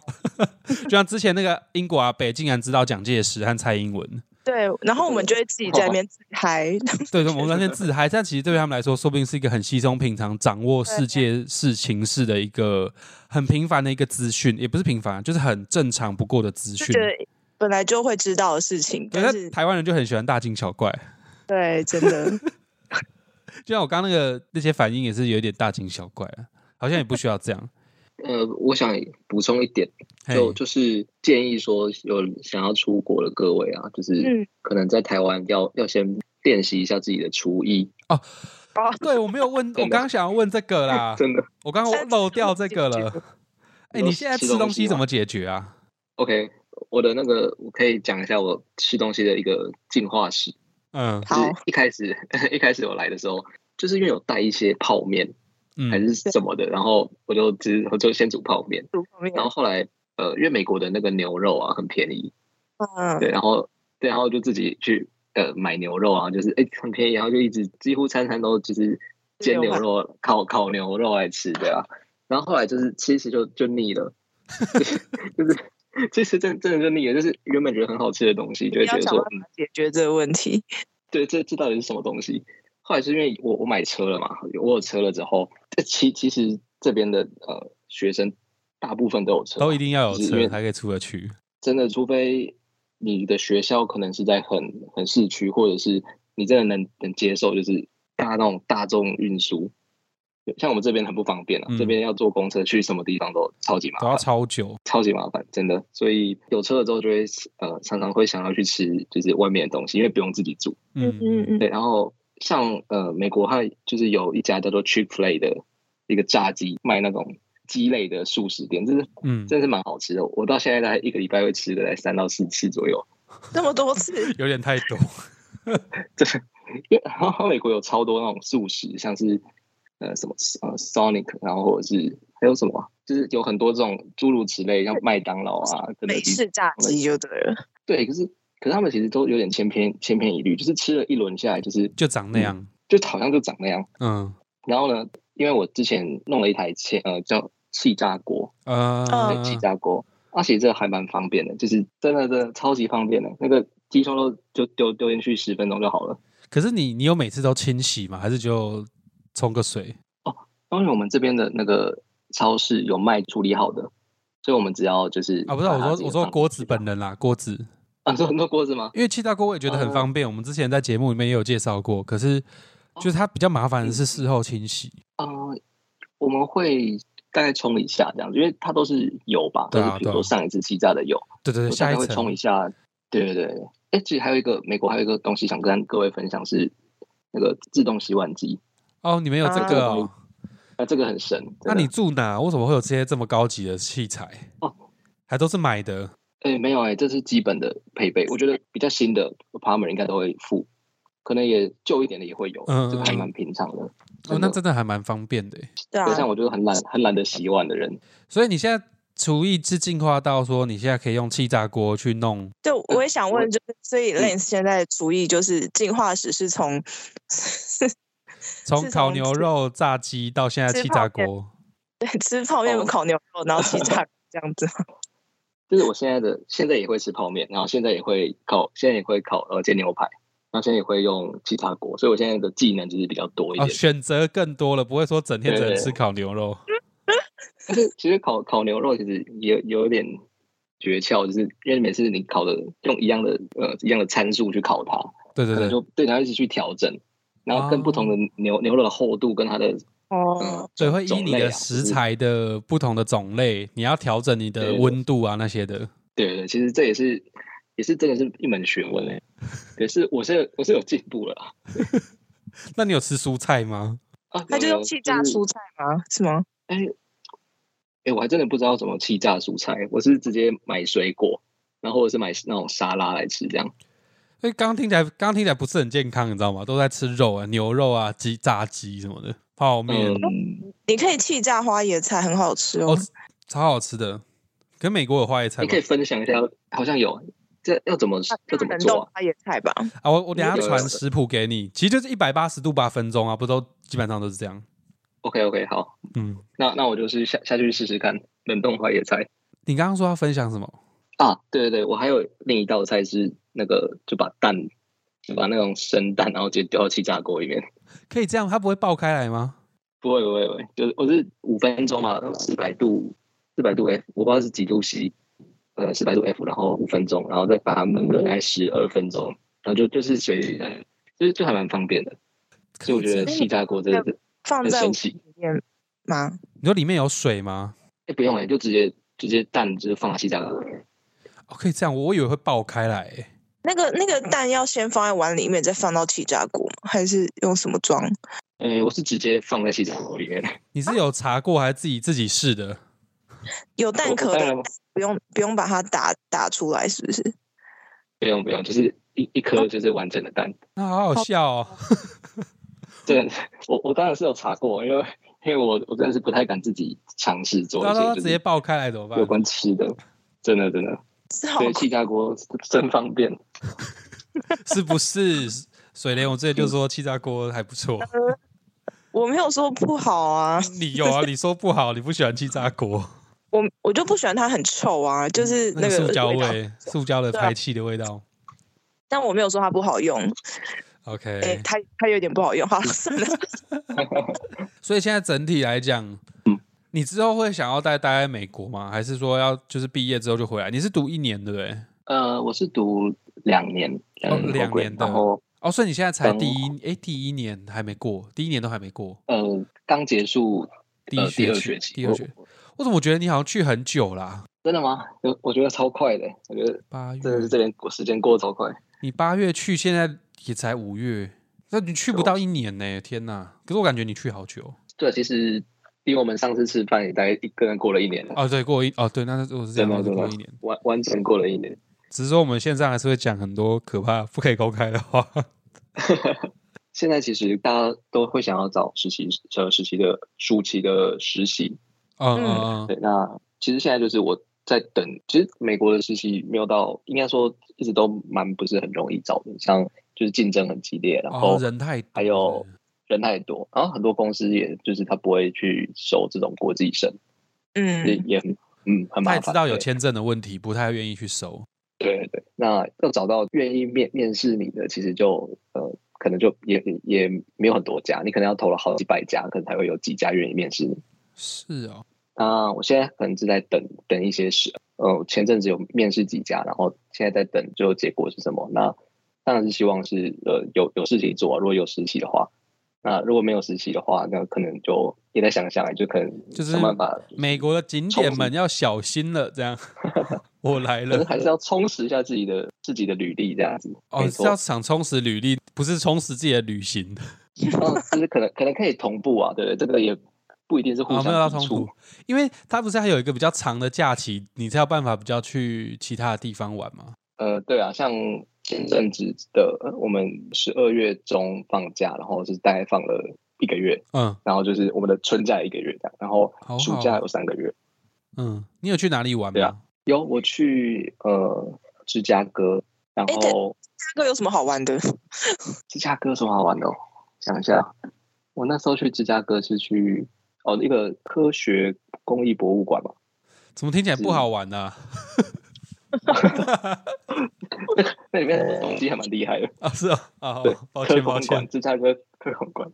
我就像之前那个英国阿北竟然知道蒋介石和蔡英文，
对，然后我们就会自己在那边自嗨。
对，我们完全自嗨，但其实对于他们来说，说不定是一个很稀松平常、掌握世界事情事的一个很平凡的一个资讯，也不是平凡，啊就是很正常不过的资
就
讯
觉。得本来就会知道的事情，
对，
但
那
是
台湾人就很喜欢大惊小怪，
对，真的
就像我刚刚那个那些反应也是有一点大惊小怪啊，好像也不需要这样。
呃，我想补充一点，
嘿
就就是建议说有想要出国的各位啊，就
嗯
是可能在台湾要要先练习一下自己的厨艺，
对我没有问，我
真的
刚刚想要问这个啦，
真的。
我刚刚漏掉这个了。哎、你现在吃东西怎么解决啊？
OK，我的那个我可以讲一下我吃东西的一个进化史。
嗯
就是
好。
一开始 一开始我来的时候，就是因为有带一些泡面还
嗯，
是什么的，然后我就只我就先煮泡面，
煮泡面
然后后来呃，因为美国的那个牛肉啊很便宜，对，
嗯，
然后对，然后就自己去呃买牛肉啊，就是哎、很便宜，然后就一直几乎餐餐都就是煎牛肉、烤烤牛肉来吃，对吧、然后后来就是其实就就 腻了，就是其实真真的就腻了，就是原本觉得很好吃的东西，就
你
会觉
要
得
想
说
办
嗯
法解决这个问题。
对，这这到底是什么东西？后来是因为我我买车了嘛，我有车了之后，这其其实这边的呃学生大部分都有车嘛，
都一定要有
就是因
车
为
才可以出得去。
真的，除非你的学校可能是在很很市区，或者是你真的能能接受，就是大那种大众运输，像我们这边很不方便啊，
嗯
这边要坐公车去什么地方都超级麻
都要
烦，
超久。
超级麻烦，真的。所以有车了之后，就会呃常常会想要去吃就是外面的东西，因为不用自己煮。
嗯
嗯
嗯嗯，
对，然后像呃美国它就是有一家叫做 Chick Fil A 的一个炸鸡，卖那种鸡类的素食店，真是
嗯，
真是蛮好吃的。我到现在大概一个礼拜会吃个在三到四次左右，
那么多次，
有点太多。
因为然后美国有超多那种素食，像是呃什么呃 Sonic，然后或者是还有什么啊，就是有很多这种诸如此类，像麦当劳啊，肯德
美
基
式炸鸡就对了。
对，可是可是他们其实都有点千篇千篇一律，就是吃了一轮下来，就是
就长那样。
就好像就长那样。
嗯
然后呢，因为我之前弄了一台切呃叫气炸锅，
呃
嗯
气炸锅，啊，其实这还蛮方便的，就是真的真的超级方便的，那个鸡胸肉就丢丢进去十分钟就好了。
可是你你有每次都清洗吗？还是就冲个水？
因为我们这边的那个超市有卖处理好的，所以我们只要就是
啊，不是
把
我
它
说
直接
我说
放
锅
进
子
去吧
本人啦，锅子。
啊，说很多锅子吗？
因为气炸锅我也觉得很
哦
方便，我们之前在节目里面也有介绍过。可是就是它比较麻烦的是事后清洗，
啊、我们会大概冲一下这样子，因为它都是油吧，
对
都
啊
是比如
对啊
说上一次气炸的油，
对对对，
我大
下
概
一
会冲
层
一下。对对对，哎，其实还有一个美国还有一个东西想跟各位分享是那个自动洗碗机，
哦，你们有这
啊
个哦？
那、这个很神。
那
真的
你住哪？为什么会有这些这么高级的器材
哦？
还都是买的？
哎、没有哎、这是基本的配备。我觉得比较新的 Palmer 应该都会附，可能也旧一点的也会有，
嗯
这个还
嗯嗯
蛮平常的。
哦，
真
那
的
真的还蛮方便的耶。
对啊
对，像我就是很懒、很懒得洗碗的人，
所以你现在厨艺是进化到说，你现在可以用气炸锅去弄
就我也想问，就是所以
嗯
Lance 现在的厨艺就是进化史是从 是
从
是
烤
从
牛
吃
肉、炸鸡到现在
吃
气
泡
炸
面
锅，
吃泡面、
哦
烤牛肉，然后其 他这样子。
就是我现在的现在也会吃泡面，然后现在也会烤，现在也会烤呃煎牛排，然后现在也会用气炸锅，所以我现在的技能其实比较多一
哦，
点。
选择更多了，不会说整天只能
对
吃烤牛肉。
但是 其实烤烤牛肉其实也有点诀窍，就是因为每次你烤的用一样的呃一样的参数去烤它，
对对
可能
对
就对，然后一直去调整，然后跟不同的牛、牛肉的厚度跟它的嗯
哦，，
对，
种
会依
种
你
类
的
啊
食，材的不同的种类，你要调整你
对
的
对
温度啊那些 的。
就是对对，其实这也是也是真的是一门学 问嘞、欸也是我是我是有进步了啊
那你有吃蔬菜吗？
啊，
他就
有
用气炸，
有
蔬
就是
菜吗？是吗？
哎、哎、我还真的不知道怎么气炸蔬菜，我是直接买水果，然后或者是买那种沙拉来吃这样。
所以刚刚听起来，刚刚听起来不是很健康，你知道吗？都在吃肉啊，牛肉啊，鸡炸鸡什么的，泡面、
嗯，
你可以气炸花椰菜，很好吃哦
哦。，超好吃的。可美国有花椰菜
你
吗
可？以分享一下，好像有这要怎么要怎么
冷
做、
冻
啊？
花椰菜吧，
啊，我我等一下
有有
传
有
食谱给你，其实就是一百八十度八分钟啊，不都基本上都是这样。
OK OK，好，
嗯，
那那我就是下下去试试看冷冻花椰菜。
你刚刚说要分享什么？
啊，对对对，我还有另一道菜是那个，就把蛋，就把那种生蛋，然后直接丢到气炸锅里面。
可以这样，它不会爆开来吗？
不会不会不会，就是我是五分钟嘛，四百度，四百度 F，我不知道是几度 C，呃，四百度 F，然后五分钟，然后再把它焖个大概十二分钟，然后就就是随，呃就是就还蛮方便的。所以我觉得
可以
气炸锅真的是
放
很
在
神
里
奇。
面吗？
你说里面有水吗？
哎，不用哎，就直接直接蛋就是放到气炸锅里面。
哦，可以这样，我以为会爆开来、欸。
那个那
嗯
个蛋要先放在碗里面，再放到气炸锅吗？还是用什么装？
哎，我是直接放在气炸锅里面。
你是有查过还是自己自己试的？
有
我
蛋
我
壳
当
的
然
不用不用把它打打出来，是不是？
不用不用，就是一一颗就是完整的蛋。
那好好笑哦！
对，我我当然是有查过，因为因为我我真的是不太敢自己尝试做
到
一
时候
些
啊它
就
直接
是
爆开来怎么办
有？关吃的，真的真的，
是好
所以气炸锅真方便。
是不是？ 水莲，我之前就说气炸锅还不 错，
我没有说不好啊，
你有啊？你说不好，你不喜欢气炸锅，
我我就不喜欢它很臭啊，就是
那个
个
塑胶
味道。
味，塑胶的
对啊
排气的味道。
但我没有说它不好用，哎、
OK，
它它有点不好用，好了，算 了。
所以现在整体来讲，
嗯
你之后会想要待待在美国吗？还是说要就是毕业之后就回来？你是读一年对欸不对？
呃，我是读两年，两
哦
年
两
后
年
年，
的
然后
哦，所以你现在才
刚
第一哎，第一年还没过，第一年都还没过，
呃刚结束
第一
呃第
学
二
期
学，期，
第二
我
学，我怎么觉得你好像去很久啦？
真的吗？我我觉得超快的，我觉得
八月，
真的是这边过时间过得超快。
你八月去，现在也才五月，那你去不
哦
到一年呢、天哪！可是我感觉你去好久哦
对，其实比我们上次吃饭也大概一个人过了一年了，
哦。对，过一哦，对，那我是这样，
真的
那就
真
过
的
一年。
完完整过了一年。
只是说我们线上还是会讲很多可怕、不可以公开的话。
现在其实大家都会想要找实习呃实习的暑期的实习，
嗯嗯嗯，
对，那其实现在就是我在等，其实美国的实习没有到，应该说一直都蛮不是很容易找的，像就是竞争很激烈，然后
哦，人太多
还
是
有
不是
人太多，然后很多公司也就是他不会去收这种国际生，也
嗯，
也很嗯，很
他
麻烦。
也知道有
对
签证的问题，不太愿意去收。
对对对，那要找到愿意面面试你的，其实就呃，可能就也也没有很多家，你可能要投了好几百家，可能才会有几家愿意面试你。
是哦，
那我现在可能是在等等一些事，呃，前阵子有面试几家，然后现在在等最后结果是什么。那当然是希望是呃有有事情做、啊，如果有实习的话，那如果没有实习的话，那可能就也再想想，就可能
就是
想办法，
美国的景
冲
点
突
们要小心了，这 样。我来
可能
了，
还是要充实一下自己的自己的履历这样子。
哦，
没
是
错
要想充实履历，不是充实自己的旅行。
嗯，就是可能可能可以同步啊，对不对？这个也不一定是互
啊，没有到冲
相抵触
突，，因为他不是还有一个比较长的假期，你才有办法比较去其他的地方玩嘛。
呃，对啊，像前阵子的呃我们十二月中放假，然后是大概放了一个月，
嗯
然后就是我们的春假一个月这样，然后
好
暑
好啊
假有三个月。
嗯，你有去哪里玩
对
吗
啊？有我去呃芝加哥，然
哎对
后
这个有什么好玩的？
芝加哥有什么好玩的、哦？想一下，我那时候去芝加哥是去哦一个科学工艺博物馆嘛，
怎么听起来
是
不好玩呢、
那里面
哦
的东西还蛮厉害的。
啊？ 是哦，啊
嗯对，
抱
科
歉抱
工
歉
馆，，芝加哥科工馆。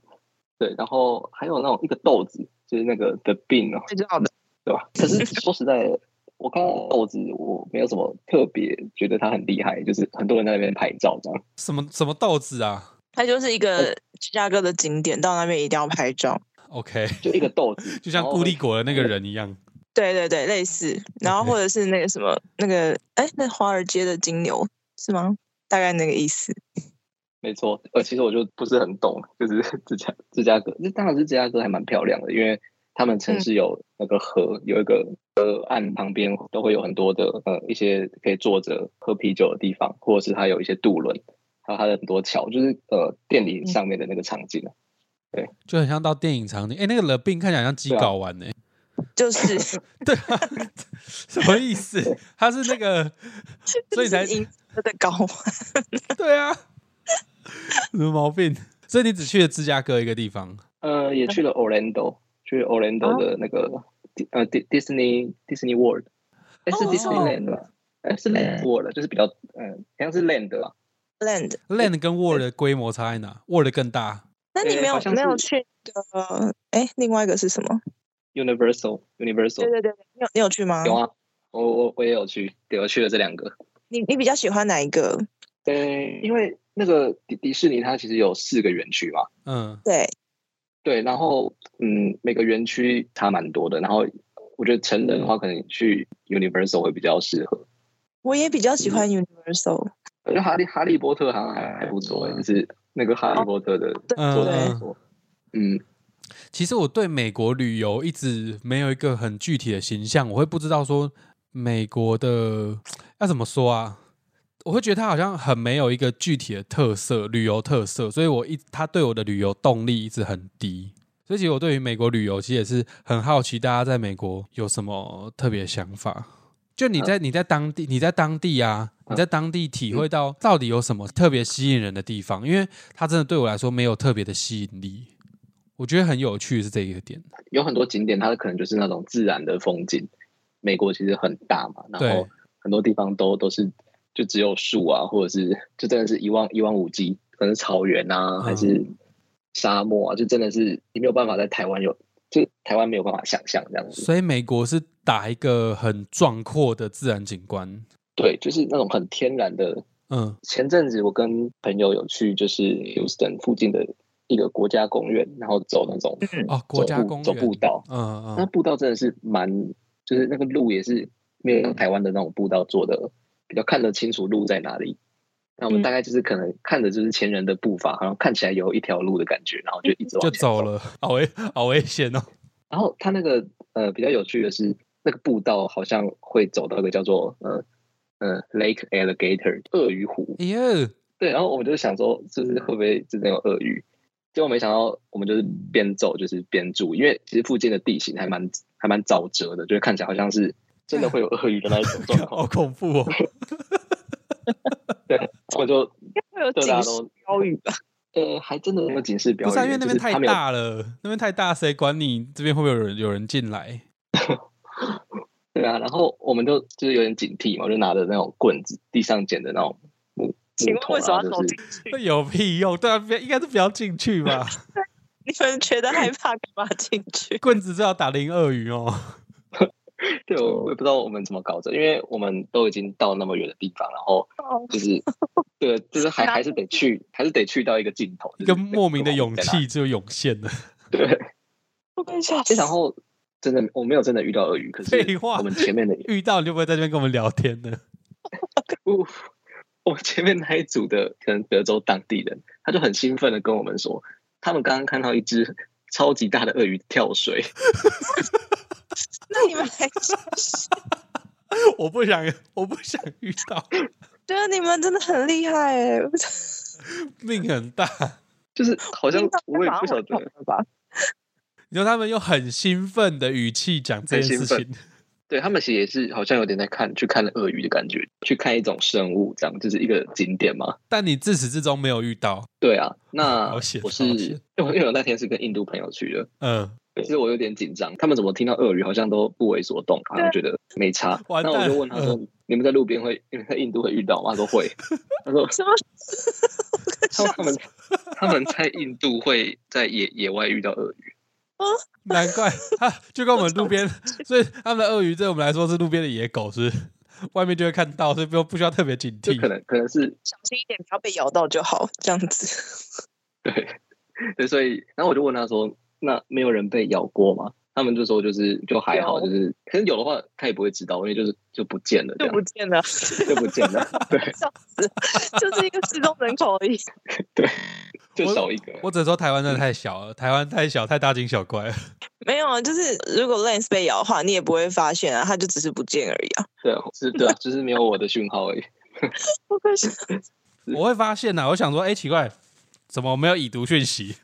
对，然后还有那种一个豆子，就是那个的病哦，
最重要的
对吧？可
嗯
是说实在，我看到豆子，我没有什么特别觉得它很厉害，就是很多人在那边拍照这样。
什么什么豆子啊
它就是一
哦
个芝加哥的景点，到那边一定要拍照。
？OK，，
就一个豆子
就像
然后
固力果的那个人一样。
对对对，类似。然后
OK
或者是那个什么，那个哎，那华尔街的金牛是吗？大概那个意思。
没错，呃，其实我就不是很懂，就是 芝加芝加哥，那当然是芝加哥还蛮漂亮的，因为他们
嗯
城市有那个河，有一个河岸旁边都会有很多的呃一些可以坐着喝啤酒的地方，或者是它有一些渡轮，还有它的很多桥，就是呃电
嗯
影上面的那个场景啊。
就很像到电影场景，哎、那个 The Bin 看起来很像鸡
对啊
睾丸呢、
就是
对啊， 什么意思？他是那个，所以才
赢的高玩。
对啊，什么毛病？所以你只去了芝加哥一个地方，
呃，也
嗯
去了 Orlando，去 Orlando
哦
的那个、迪呃迪 Disney Disney World，哎、是
哦
Disneyland 吧？哎、是 Land World，就是比较嗯，好像是 Land 吧。
Land，
Land 跟 World 的规模差在哪？World 更大，
那你
诶
没有
好像
没有
是
去的？哎，另外一个是什么？
Universal Universal
对对对，对你有你有去吗？
有啊，我我我也有去，对，我去了这两个。
你你比较喜欢哪一个？
对，因为那个迪迪士尼它其实有四个园区嘛，
嗯，
对，
对，然后嗯，每个园区差蛮多的，然后我觉得成人的话，可能去 Universal 会比较适合。
我也比较喜欢
嗯
Universal。
我觉得哈利哈利波特好像还还不错、欸，就是那个哈利波特的
对
嗯
做的
对
不错。嗯，
其实我对美国旅游一直没有一个很具体的形象，我会不知道说美国的要怎么说啊？我会觉得它好像很没有一个具体的特色，旅游特色，所以我一它对我的旅游动力一直很低。所以其实我对于美国旅游其实也是很好奇，大家在美国有什么特别想法？就你在你在当地，你在当地啊，你在当地体会到到底有什么特别吸引人的地方？因为它真的对我来说没有特别的吸引力。我觉得很有趣是这一个点，
有很多景点，它可能就是那种自然的风景。美国其实很大嘛，然后
对
很多地方都都是就只有树啊，或者是就真的是一望一望无际，可能是草原啊，
嗯
还是沙漠啊，就真的是你没有办法在台湾有，就台湾没有办法想象这样子。
所以美国是打一个很壮阔的自然景观。
对，就是那种很天然的。
嗯，
前阵子我跟朋友有去，就是 Houston 附近的一个国家公园，然后走那种
嗯，
哦，国家
走步
公园
走步道，
嗯
那
嗯，
步道真的是蛮，就是那个路也是没有像台湾的那种步道做的比较看得清楚路在哪里。那我们
嗯
大概就是可能看着就是前人的步伐，好像看起来有一条路的感觉，然后就一直往
就
前
走。了，好危好危险哦。
然后它那个呃比较有趣的是，那个步道好像会走到一个叫做呃呃 Lake Alligator 鳄鱼湖。
哎呦，
对，然后我们就想说，是不是会不会真的有鳄鱼？结果没想到，我们就是边走就是边住，因为其实附近的地形还蛮还蛮沼泽的，就是看起来好像是真的会有鳄鱼的那一种状
好
况。
恐怖 哦！
我就
会有
就
警
大家
示
都
标语吧？
呃，还真的没有警示标
不
语，
是啊、因为那
就
边
是
太
它没有，
大了，那边太大，谁管你这边会不会有人有人进来？
对对啊，然后我们就就是有点警惕嘛，我就拿着那种棍子，地上捡的那种木
请
木
问
头，
为什么
然
要
后
走
啊就
进
是
那
去？
有屁用？对啊，不要应该是不要进去吧。
你们觉得害怕，干嘛进去？
棍子最好打零鳄鱼 哦。
对，我我也不知道我们怎么搞的，因为我们都已经到那么远的地方，然后
哦
就是 对，就是还
哪
还是得去，还是得去到一个尽头，
一
就
个
是
莫名的
那个
勇
网在哪
气
里。
就涌现了。
对，
我被吓
诶
死
然！后真的我没有真的遇到鳄鱼，可
废
是
话
我们前面的
遇到你就不会在这边跟我们聊天了。
我我前面那一组的可能德州当地人，他就很兴奋的跟我们说，他们刚刚看到一只超级大的鳄鱼跳水，
那你们还
我不想，我不想遇 到，
觉啊得你们真的很厉害哎、欸！
命很大。
就是好像我也不晓得，
吧？
你说他们用很兴奋的语气讲这件事
很
情，
对他们其实也是好像有点在看去看了鳄鱼的感觉，去看一种生物，这样就是一个景点嘛。
但你自始至终没有遇到。
对啊，那
好险
我是
好
因
险
为我因为我那天是跟印度朋友去的，
嗯，
其实我有点紧张，他们怎么听到鳄鱼好像都不为所动，好像觉得没差。
完
那
蛋
我就问他说：“你们在路边会，你们在印度会遇到吗？”他 说会。他说
什么？
他他们他们在印度会在野野外遇到鳄鱼，
难怪 他就跟我们路 边，所以他们的鳄鱼对我们来说是路边的野狗，是不是外面就会看到，所以不用不需要特别警
就
惕
可。能可能是
小心一点，不要被咬到就好。这样子，
对对，所以然后我就问他说：“那没有人被咬过吗？”他们就说就是就还好，
有
就是可能有的话他也不会知道，因为就是就不见了这
就不
样，
见了，
就不见了，对
就是一个失踪人口而已。
对，就
我
少一个。
我只能说台湾真的太小了，台湾太小，太大惊小怪了。
没有啊，就是如果 Lens 被咬的话，你也不会发现啊，它就只是不见而已啊。
对，是，对啊，就是没有我的讯号而已。
不可是，
我会发现呐、我想说，哎、奇怪，怎么没有已读讯息？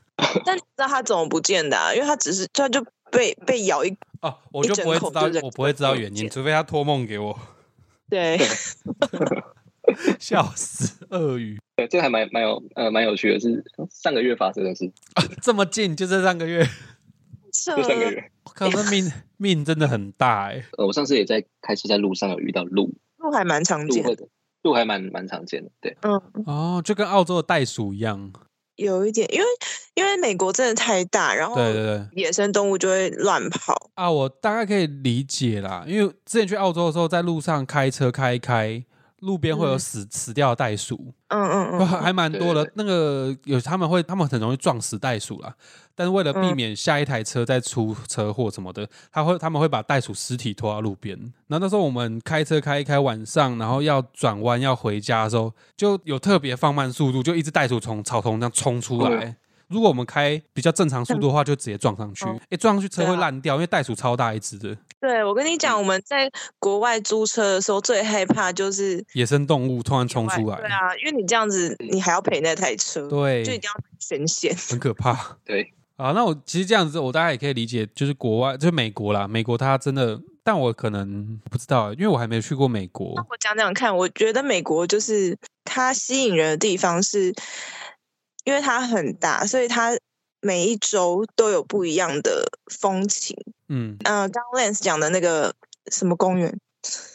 但你知道它怎么不见的、啊？因为它只是它就被被咬一
哦，我就
一整
不会知
口
道
就，忍
我不会知道原
不
因，
见
除非他托梦给我，,
对，
笑死鳄鱼、
对，这个还蛮蛮有呃蛮有趣的，是上个月发生的事，
啊，这么近，就这上个月，
这
就上个月。
可能命 命真的很大哎、
呃，我上次也在开车在路上有遇到鹿，
鹿还蛮常
鹿
见的
会。的，鹿还蛮蛮常见的。对，
嗯，
哦，就跟澳洲的袋鼠一样，
有一点，因为因为美国真的太大，然后
对对对，
野生动物就会乱跑。
啊，我大概可以理解啦，因为之前去澳洲的时候，在路上开车开一开，路边会有
嗯
死、死掉的袋鼠，
嗯嗯
哇
嗯，
还蛮多
对对
的。那个有他们会，他们很容易撞死袋鼠啦。但是为了避
嗯
免下一台车再出车祸什么的，他会他们会把袋鼠尸体拖到路边。然后那时候我们开车开一开晚上，然后要转弯要回家的时候，就有特别放慢速度，就一只袋鼠从草丛这样冲出
嗯
来。如果我们开比较正常速度的话，就直接撞上去。哎、
嗯
撞上去车
对
会
啊
烂掉，因为袋鼠超大一只的。
对我跟你
嗯
讲，我们在国外租车的时候最害怕就是
野生动物突然冲
国外
出来，
对啊，因为你这样子，你还要赔那台车，
对
就一定要全险。
很可怕。
对，
啊，那我其实这样子，我大概也可以理解，就是国外，就是美国啦，美国它真的，但我可能不知道，欸因为我还没去过美国
那。 我讲讲看，我觉得美国就是它吸引人的地方是，因为它很大，所以它每一周都有不一样的风情。
嗯，
嗯、刚刚 Lance 讲的那个什么公园，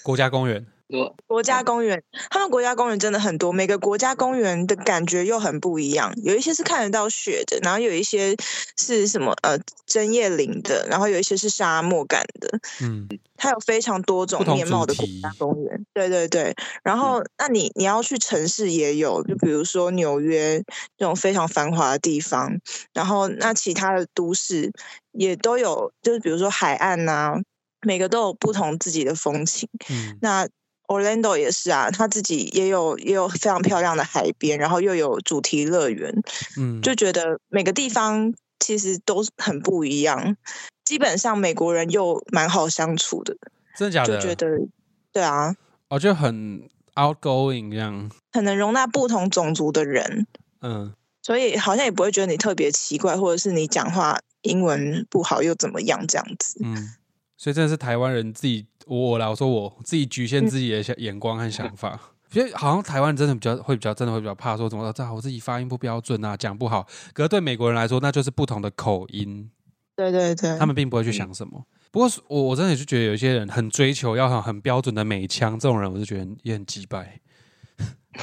国家公园，
说
国
嗯
家公园，他们国家公园真的很多，每个国家公园的感觉又很不一样。有一些是看得到雪的，然后有一些是什么呃针叶林的，然后有一些是沙漠感的。
嗯，
它有非常多种
不同
面
主
貌的国
题嗯
家公园，对对对。然后，那你你要去城市也有，就比如说纽约这种非常繁华的地方，然后那其他的都市也都有，就是比如说海岸呐、每个都有不同自己的风情。
嗯，
那 Orlando 也是啊，它自己也有也有非常漂亮的海边，然后又有主题乐园，
嗯，
就觉得每个地方其实都很不一样。基本上美国人又蛮好相处的，
真的假
就
的？
觉得对啊，
哦，就很 outgoing 这样，
很能容纳不同种族的人，
嗯，
所以好像也不会觉得你特别奇怪，或者是你讲话英文不好又怎么样这样子。
嗯，所以真的是台湾人自己，我我来我说我自己局限自己的想眼光和想法，因为好像台湾人真的比较会比较真的会比较怕说啊怎么这我自己发音不标准啊，讲不好。可是对美国人来说，那就是不同的口音，
对对对，
他们并不会去想什么。不过我我真的也是觉得有一些人很追求要很很标准的美腔，这种人我就觉得很也很鸡掰。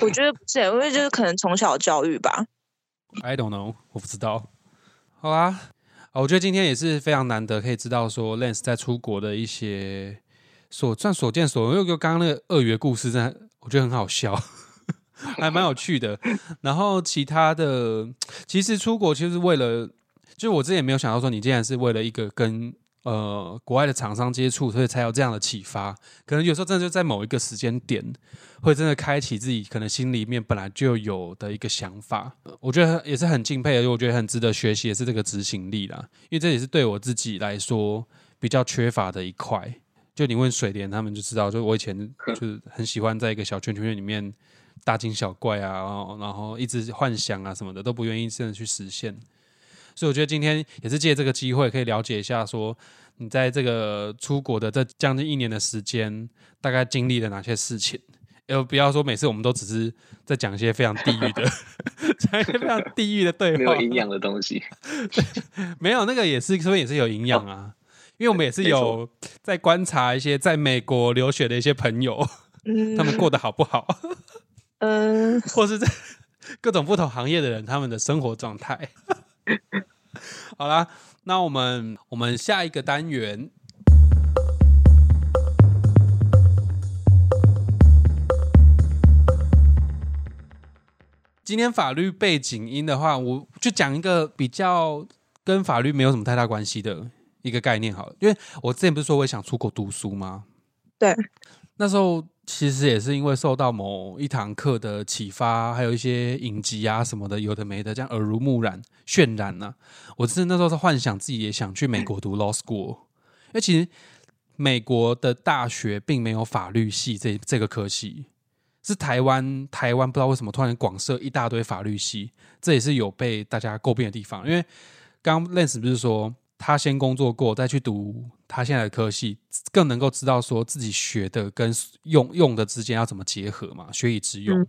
我觉得不是，因为就是可能从小教育吧。
I don't know，我不知道。好啦，啊我觉得今天也是非常难得，可以知道说 Lens 在出国的一些所算所见所闻。因为刚刚那个鳄鱼的故事，真的我觉得很好笑， 还蛮有趣的。然后其他的，其实出国就是为了，就我之前也没有想到说，你竟然是为了一个跟呃国外的厂商接触，所以才有这样的启发。可能有时候真的就在某一个时间点，会真的开启自己可能心里面本来就有的一个想法。呃我觉得也是很敬佩，而且我觉得很值得学习，也是这个执行力啦。因为这也是对我自己来说比较缺乏的一块。就你问水莲他们就知道，就我以 前就是很喜欢在一个小圈圈里面大惊小怪啊，然后然后一直幻想啊什么的都不愿意真的去实现。所以我觉得今天也是借这个机会，可以了解一下说你在这个出国的这将近一年的时间，大概经历了哪些事情。呃，不要说每次我们都只是在讲一些非常地狱的， 讲一些非常地狱的对
没
话
有，营养的东西。
没有那个也是，说不定也是有营养啊。因为我们也是
没
有在观察一些在美国留学的一些朋友，
嗯，
他们过得好不好，
嗯，
或是在 各种不同行业的人他们的生活状态。 好啦，那我们我们下一个单元。今天法律背景音的话，我就讲一个比较跟法律没有什么太大关系的一个概念好了，因为我之前不是说我也想出国读书吗？
对，
那时候其实也是因为受到某一堂课的启发，还有一些影集啊什么的，有的没的，这样耳濡目染、渲染呢、我是那时候是幻想自己也想去美国读 law school，因为其实美国的大学并没有法律系这这个科系，是台湾台湾不知道为什么突然广设一大堆法律系，这也是有被大家诟病的地方。因为刚刚 Lens 不是说他先工作过，再去读他现在的科系，更能够知道说自己学的跟用用的之间要怎么结合嘛，学以致用，
嗯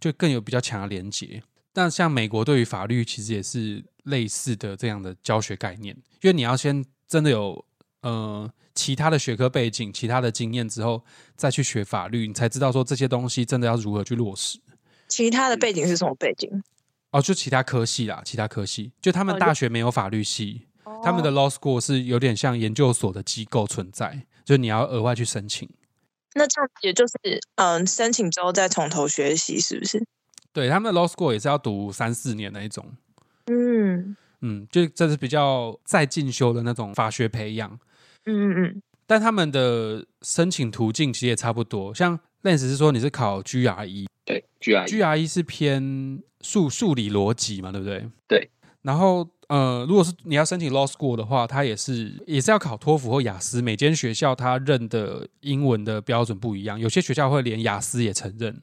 就更有比较强的连结。但像美国对于法律其实也是类似的这样的教学概念，因为你要先真的有呃其他的学科背景、其他的经验之后，再去学法律，你才知道说这些东西真的要如何去落实。
其他的背景是什么背景？
哦，就其他科系啦，其他科系，就他们
哦就哦
大学没有法律系，他们的 law school 是有点像研究所的机构存在，就你要额外去申请。
那这样也就是嗯，申请之后再从头学习，是不是？
对，他们的 law school 也是要读三四年那一种，
嗯
嗯，就这是比较再进修的那种法学培养。
嗯嗯
但他们的申请途径其实也差不多，像 Lens 是说你是考 GRE，GRE
对，GRE
E 是偏数数理逻辑嘛，对不对？
对。
然后呃，如果是你要申请 law school 的话，它也是也是要考托福或雅思，每间学校它认的英文的标准不一样，有些学校会连雅思也承认。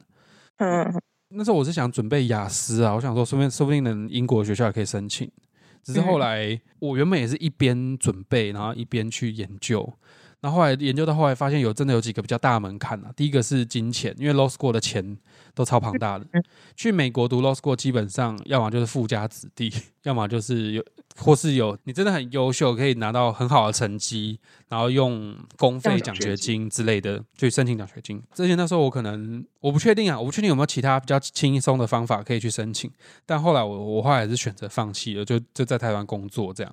嗯嗯，
那时候我是想准备雅思啊，我想说，说不定说不定能英国学校也可以申请。只是后来我原本也是一边准备，然后一边去研究，然后后来研究到后来发现有真的有几个比较大的门槛啊。第一个是金钱，因为 law school 的钱都超庞大的。去美国读 law school 基本上要么就是富家子弟， 要么就是有或是有你真的很优秀，可以拿到很好的成绩，然后用公费
用
奖
奖
学
学金
金之类的去申请奖学金。之前那时候我可能我不确定啊，我不确定有没有其他比较轻松的方法可以去申请，但后来我我后来还是选择放弃了，就就在台湾工作这样。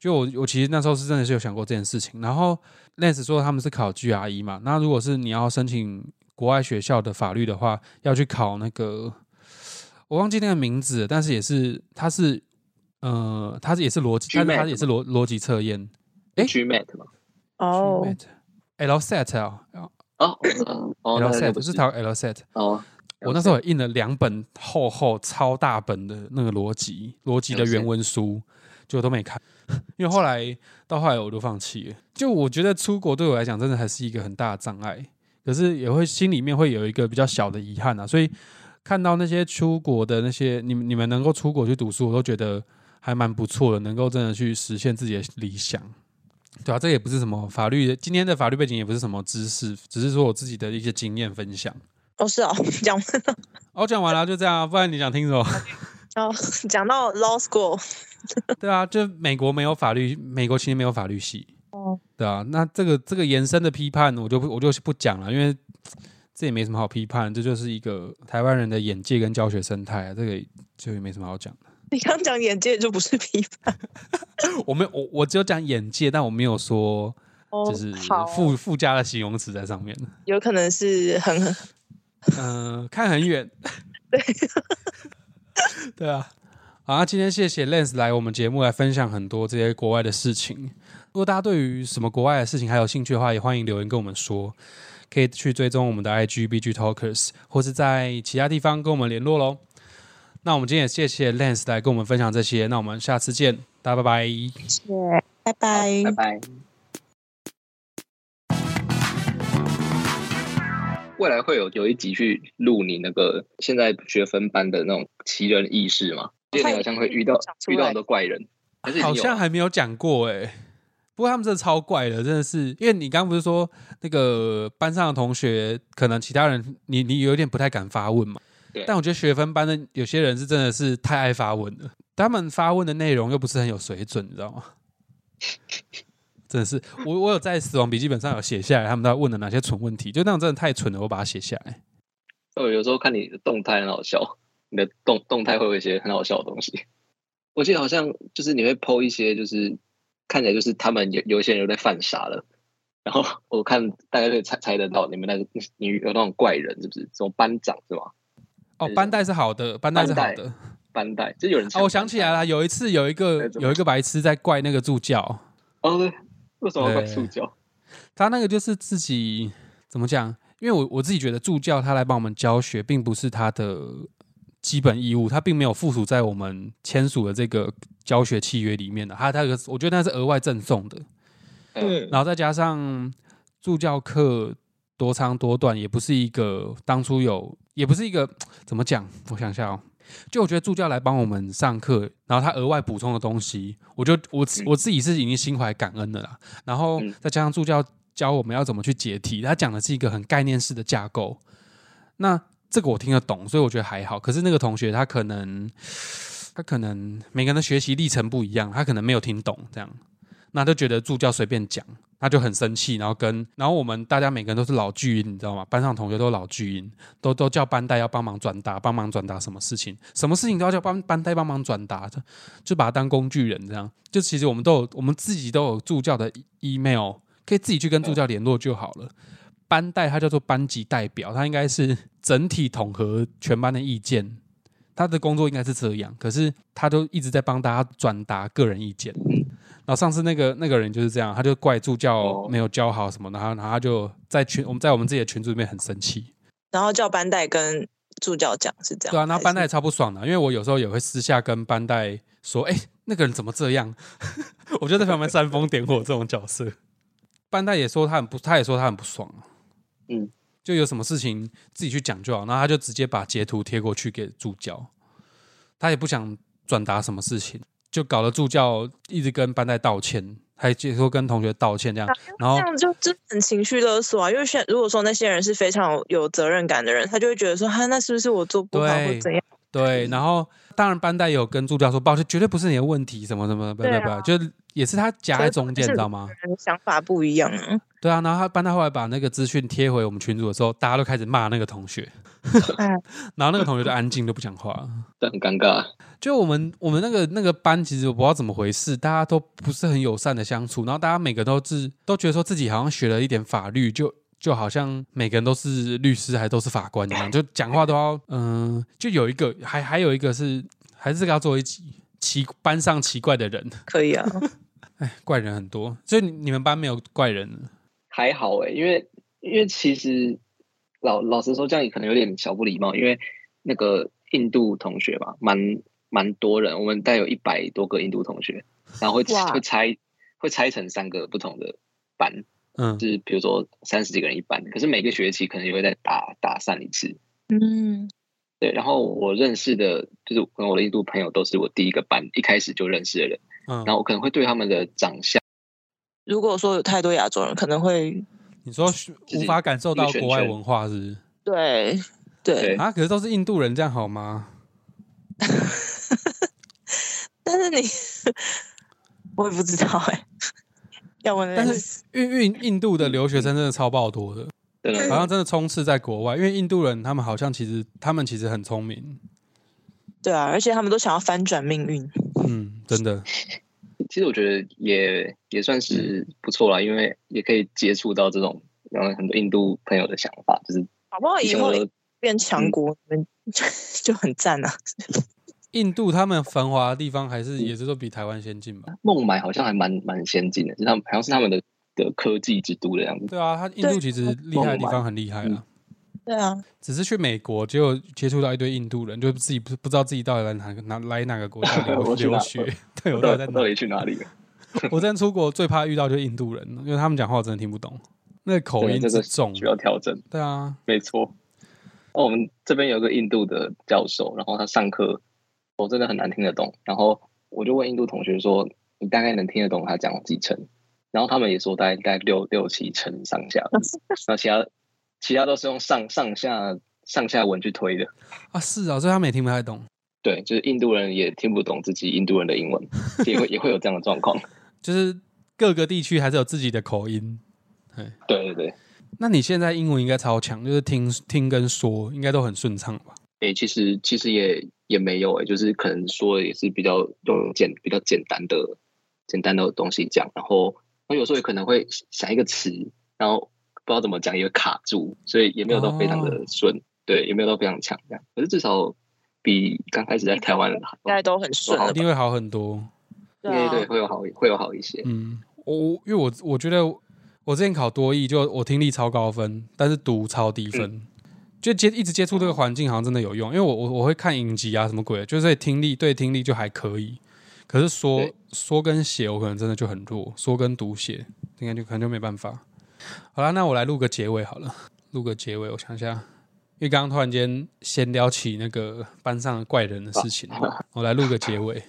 就我我其实那时候是真的是有想过这件事情，然后 Lance 说他们是考 GRE 嘛，那如果是你要申请国外学校的法律的话，要去考那个我忘记那个名字了，但是也是它是呃它是也是逻辑，但是
GMAT
它也是逻逻辑测验。诶
GMAT 嘛。
哦，
GMAT，LSAT 啊
哦，嗯哦，那那
，LSAT
不
是考 LSAT，
哦，
我那时候也印了两本厚厚超大本的那个逻辑逻辑的原文书，就都没看， 因为后来到后来我都放弃了。就我觉得出国对我来讲真的还是一个很大的障碍，可是也会心里面会有一个比较小的遗憾啊。所以看到那些出国的那些你们你们能够出国去读书，我都觉得还蛮不错的，能够真的去实现自己的理想。对啊，这也不是什么法律的，今天的法律背景也不是什么知识，只是说我自己的一些经验分享。
哦是哦，这样
哦，讲完了就这样啊，不然你想听什么？
然后讲到 law school，
对啊，就美国没有法律，美国其实没有法律系。
哦，
对啊，那这个这个延伸的批判，我就不我就不讲了，因为这也没什么好批判，这就是一个台湾人的眼界跟教学生态、啊，这个就也没什么好讲的。
你刚讲眼界就不是批判
我没有我我只有讲眼界，但我没有说
哦
就是
好，
附附加的形容词在上面。
有可能是很
嗯、看很远。对， 对啊。好啊，今天谢谢 Lens 来我们节目来分享很多这些国外的事情。如果大家对于什么国外的事情还有兴趣的话，也欢迎留言跟我们说，可以去追踪我们的 IG BG Talkers，或是在其他地方跟我们联络喽。那我们今天也谢谢 Lens 来跟我们分享这些，那我们下次见，大家拜拜。
谢，拜拜
拜拜。未来会有有一集去录你那个现在学分班的那种奇人异事吗？因为你好像会遇到
想出来
遇到很多怪人，还是已经
好
有啊
像还没有讲过哎、不过他们真的超怪的，真的是，因为你刚刚不是说那个班上的同学，可能其他人你你有点不太敢发问嘛
对。
但我觉得学分班的有些人是真的是太爱发问了，他们发问的内容又不是很有水准，你知道 吗？真的是，我我有在死亡笔记本上有写下来，他们在问的哪些蠢问题，就那种真的太蠢了，我把它写下来。
呃，有时候看你的动态很好笑，你的动动态会有一些很好笑的 东西。我记得好像就是你会 PO 一些，就是看起来就是他们有有一些人有在犯傻了。然后我看大概就猜猜得到你们那个你有那种怪人是不是？什么班长是吗？
哦，班带是好的，班带是好
班
的。
班带就有人
哦，我想起来
了，
了，有一次有一个
哎怎么
有一个白痴在怪那个助教，
哦，对，为什么会
对
塑胶？
他那个就是自己怎么讲？因为我我自己觉得助教他来帮我们教学，并不是他的基本义务，他并没有附属在我们签署的这个教学契约里面的。他他有个我觉得那是额外赠送的，
嗯，
然后再加上助教课多长多短，也不是一个当初有，也不是一个怎么讲？我想一下哦，就我觉得助教来帮我们上课，然后他额外补充的东西，我就我自
嗯
我自己是已经心怀感恩的啦。然后
嗯
再加上助教教我们要怎么去解题，他讲的是一个很概念式的架构，那这个我听得懂，所以我觉得还好。可是那个同学他可能。 他可能每个人的学习历程不一样，他可能没有听懂这样，那就觉得助教随便讲，他就很生气，然后跟然后我们大家每个人都是老巨婴，你知道吗？班上同学都老巨婴，都都叫班代要帮忙转达，帮忙转达什么事情，什么事情都要叫班班代帮忙转达，就就把他当工具人这样。就其实我们都有，我们自己都有助教的 email，可以自己去跟助教联络就好了。班代他叫做班级代表，他应该是整体统合全班的意见。他的工作应该是这样，可是他都一直在帮大家转达个人意见。然后上次那个那个人就是这样，他就怪助教
哦
没有教好什么，然后然后他就在群我们在我们自己的群组里面很生气，
然后叫班代跟助教讲是这样，
对啊，那
还是
班代也超不爽的，因为我有时候也会私下跟班代说，哎、那个人怎么这样？ 我就在旁边煽风点火这种角色。班代也说他很不，他也说他很不爽啊
嗯，
就有什么事情自己去讲就好，然后他就直接把截图贴过去给助教，他也不想转达什么事情，就搞得助教一直跟班代道歉，还接说跟同学道歉这
啊
样，然后
这样就真的很情绪勒索啊！因为现如果说那些人是非常有有责任感的人，他就会觉得说，啊哈，那是不是我做不好
对
或怎样？嗯
对，然后当然班代有跟助教说，抱歉，绝对不是你的问题，什么什么，不不
对啊
不，就也是他夹在中间，你知道吗？
人想法不一样啊！
对啊，然后他班代后来把那个资讯贴回我们群组的时候，大家都开始骂那个同学，
哎，
然后那个同学就安静，都不讲话了。
但很尴尬。
就我们我们那个那个班，其实我不知道怎么回事，大家都不是很友善的相处，然后大家每个都是都觉得说自己好像学了一点法律，就就好像每个人都是律师，还都是法官一样，就讲话都要嗯、就有一个还还有一个是还是这个要做一集奇班上奇怪的人，
可以啊，
哎，怪人很多，所以你你们班没有怪人，
还好哎、因为因为其实老老实说，这样也可能有点小不礼貌，因为那个印度同学吧，蛮蛮多人，我们大概有一百多个印度同学，然后会
哇
会拆会拆成三个不同的班，
嗯，
就是比如说三十几个人一班，可是每个学期可能也会再打打散一次。
嗯，
对，然后我认识的，就是跟我的印度朋友都是我第一个班一开始就认识的人，
嗯
然后我可能会对他们的长相。
如果说有太多亚洲人，可能会
你说无法感受到
一个圈
国外
圈
文化是
对对
不是
对
啊？可是都是印度人，这样好吗？
但是你 我也不知道哎、要问
但
认识
是印印印度的留学生真的超爆多的，
真的
嗯
好像真的充斥在国外，因为印度人他们好像其实他们其实很聪明，
对啊，而且他们都想要翻转命运。
嗯，真的，
其实我觉得也也算是不错啦，因为也可以接触到这种嗯很多印度朋友的想法，就是
搞不好
以
哦以
前
后嗯
我都
变强国，你们 就很赞啊！
印度他们繁华的地方还是也是说比台湾先进吧？
孟买好像还蛮蛮先进的，是他们好像是他们的的科技之都的样子。
对啊，他印度
对
其实厉害的地方很厉害
嗯
啊，
对啊，
只是去美国结果接触到一堆印度人，就自己不不知道自己到底来哪个哪来哪个国家留
我去哪
留 学，对我
我
到
到
底在
底我
哪
到？底去哪里了？
我真的出国最怕遇到就是印度人，因为他们讲话我真的听不懂，那个口
对
音
这
之
个
重，
需要调整，
对啊，
没错。哦，我们这边有个印度的教授，然后他上课我真的很难听得懂，然后我就问印度同学说：“你大概能听得懂他讲几成？”然后他们也说大概大概六六七成上下，然后其他其他都是用上上下上下文去推的。
啊是啊，所以他们也听不太懂。
对，就是印度人也听不懂自己印度人的英文，也会也会有这样的状况。
就是各个地区还是有自己的口音。
对对对，
那你现在英文应该超强，就是听听跟说应该都很顺畅吧？
诶、其实其实也也没有诶、就是可能说也是比较用简比较简单的简单的东西讲，然后我有时候也可能会想一个词，然后不知道怎么讲，也会卡住，所以也没有到非常
哦
的顺，对，也没有到非常强这样。可是至少比刚开始在台湾好，
应该都很顺了
一
吧？
定会好很多。
对
啊，
对，会有好会有好一些。
嗯，我因为我我觉得我之前考多译，就我听力超高分，但是读超低分。就接一直接触这个环境，好像真的有用，因为我我我会看影集啊什么鬼的，就是听力对听力就还可以，可是说
对
说跟写我可能真的就很弱，说跟读写应该就可能就没办法。好啦，那我来录个结尾好了，录个结尾，我想一下，因为刚刚突然间闲聊起那个班上的怪人的事情，我来录个结尾。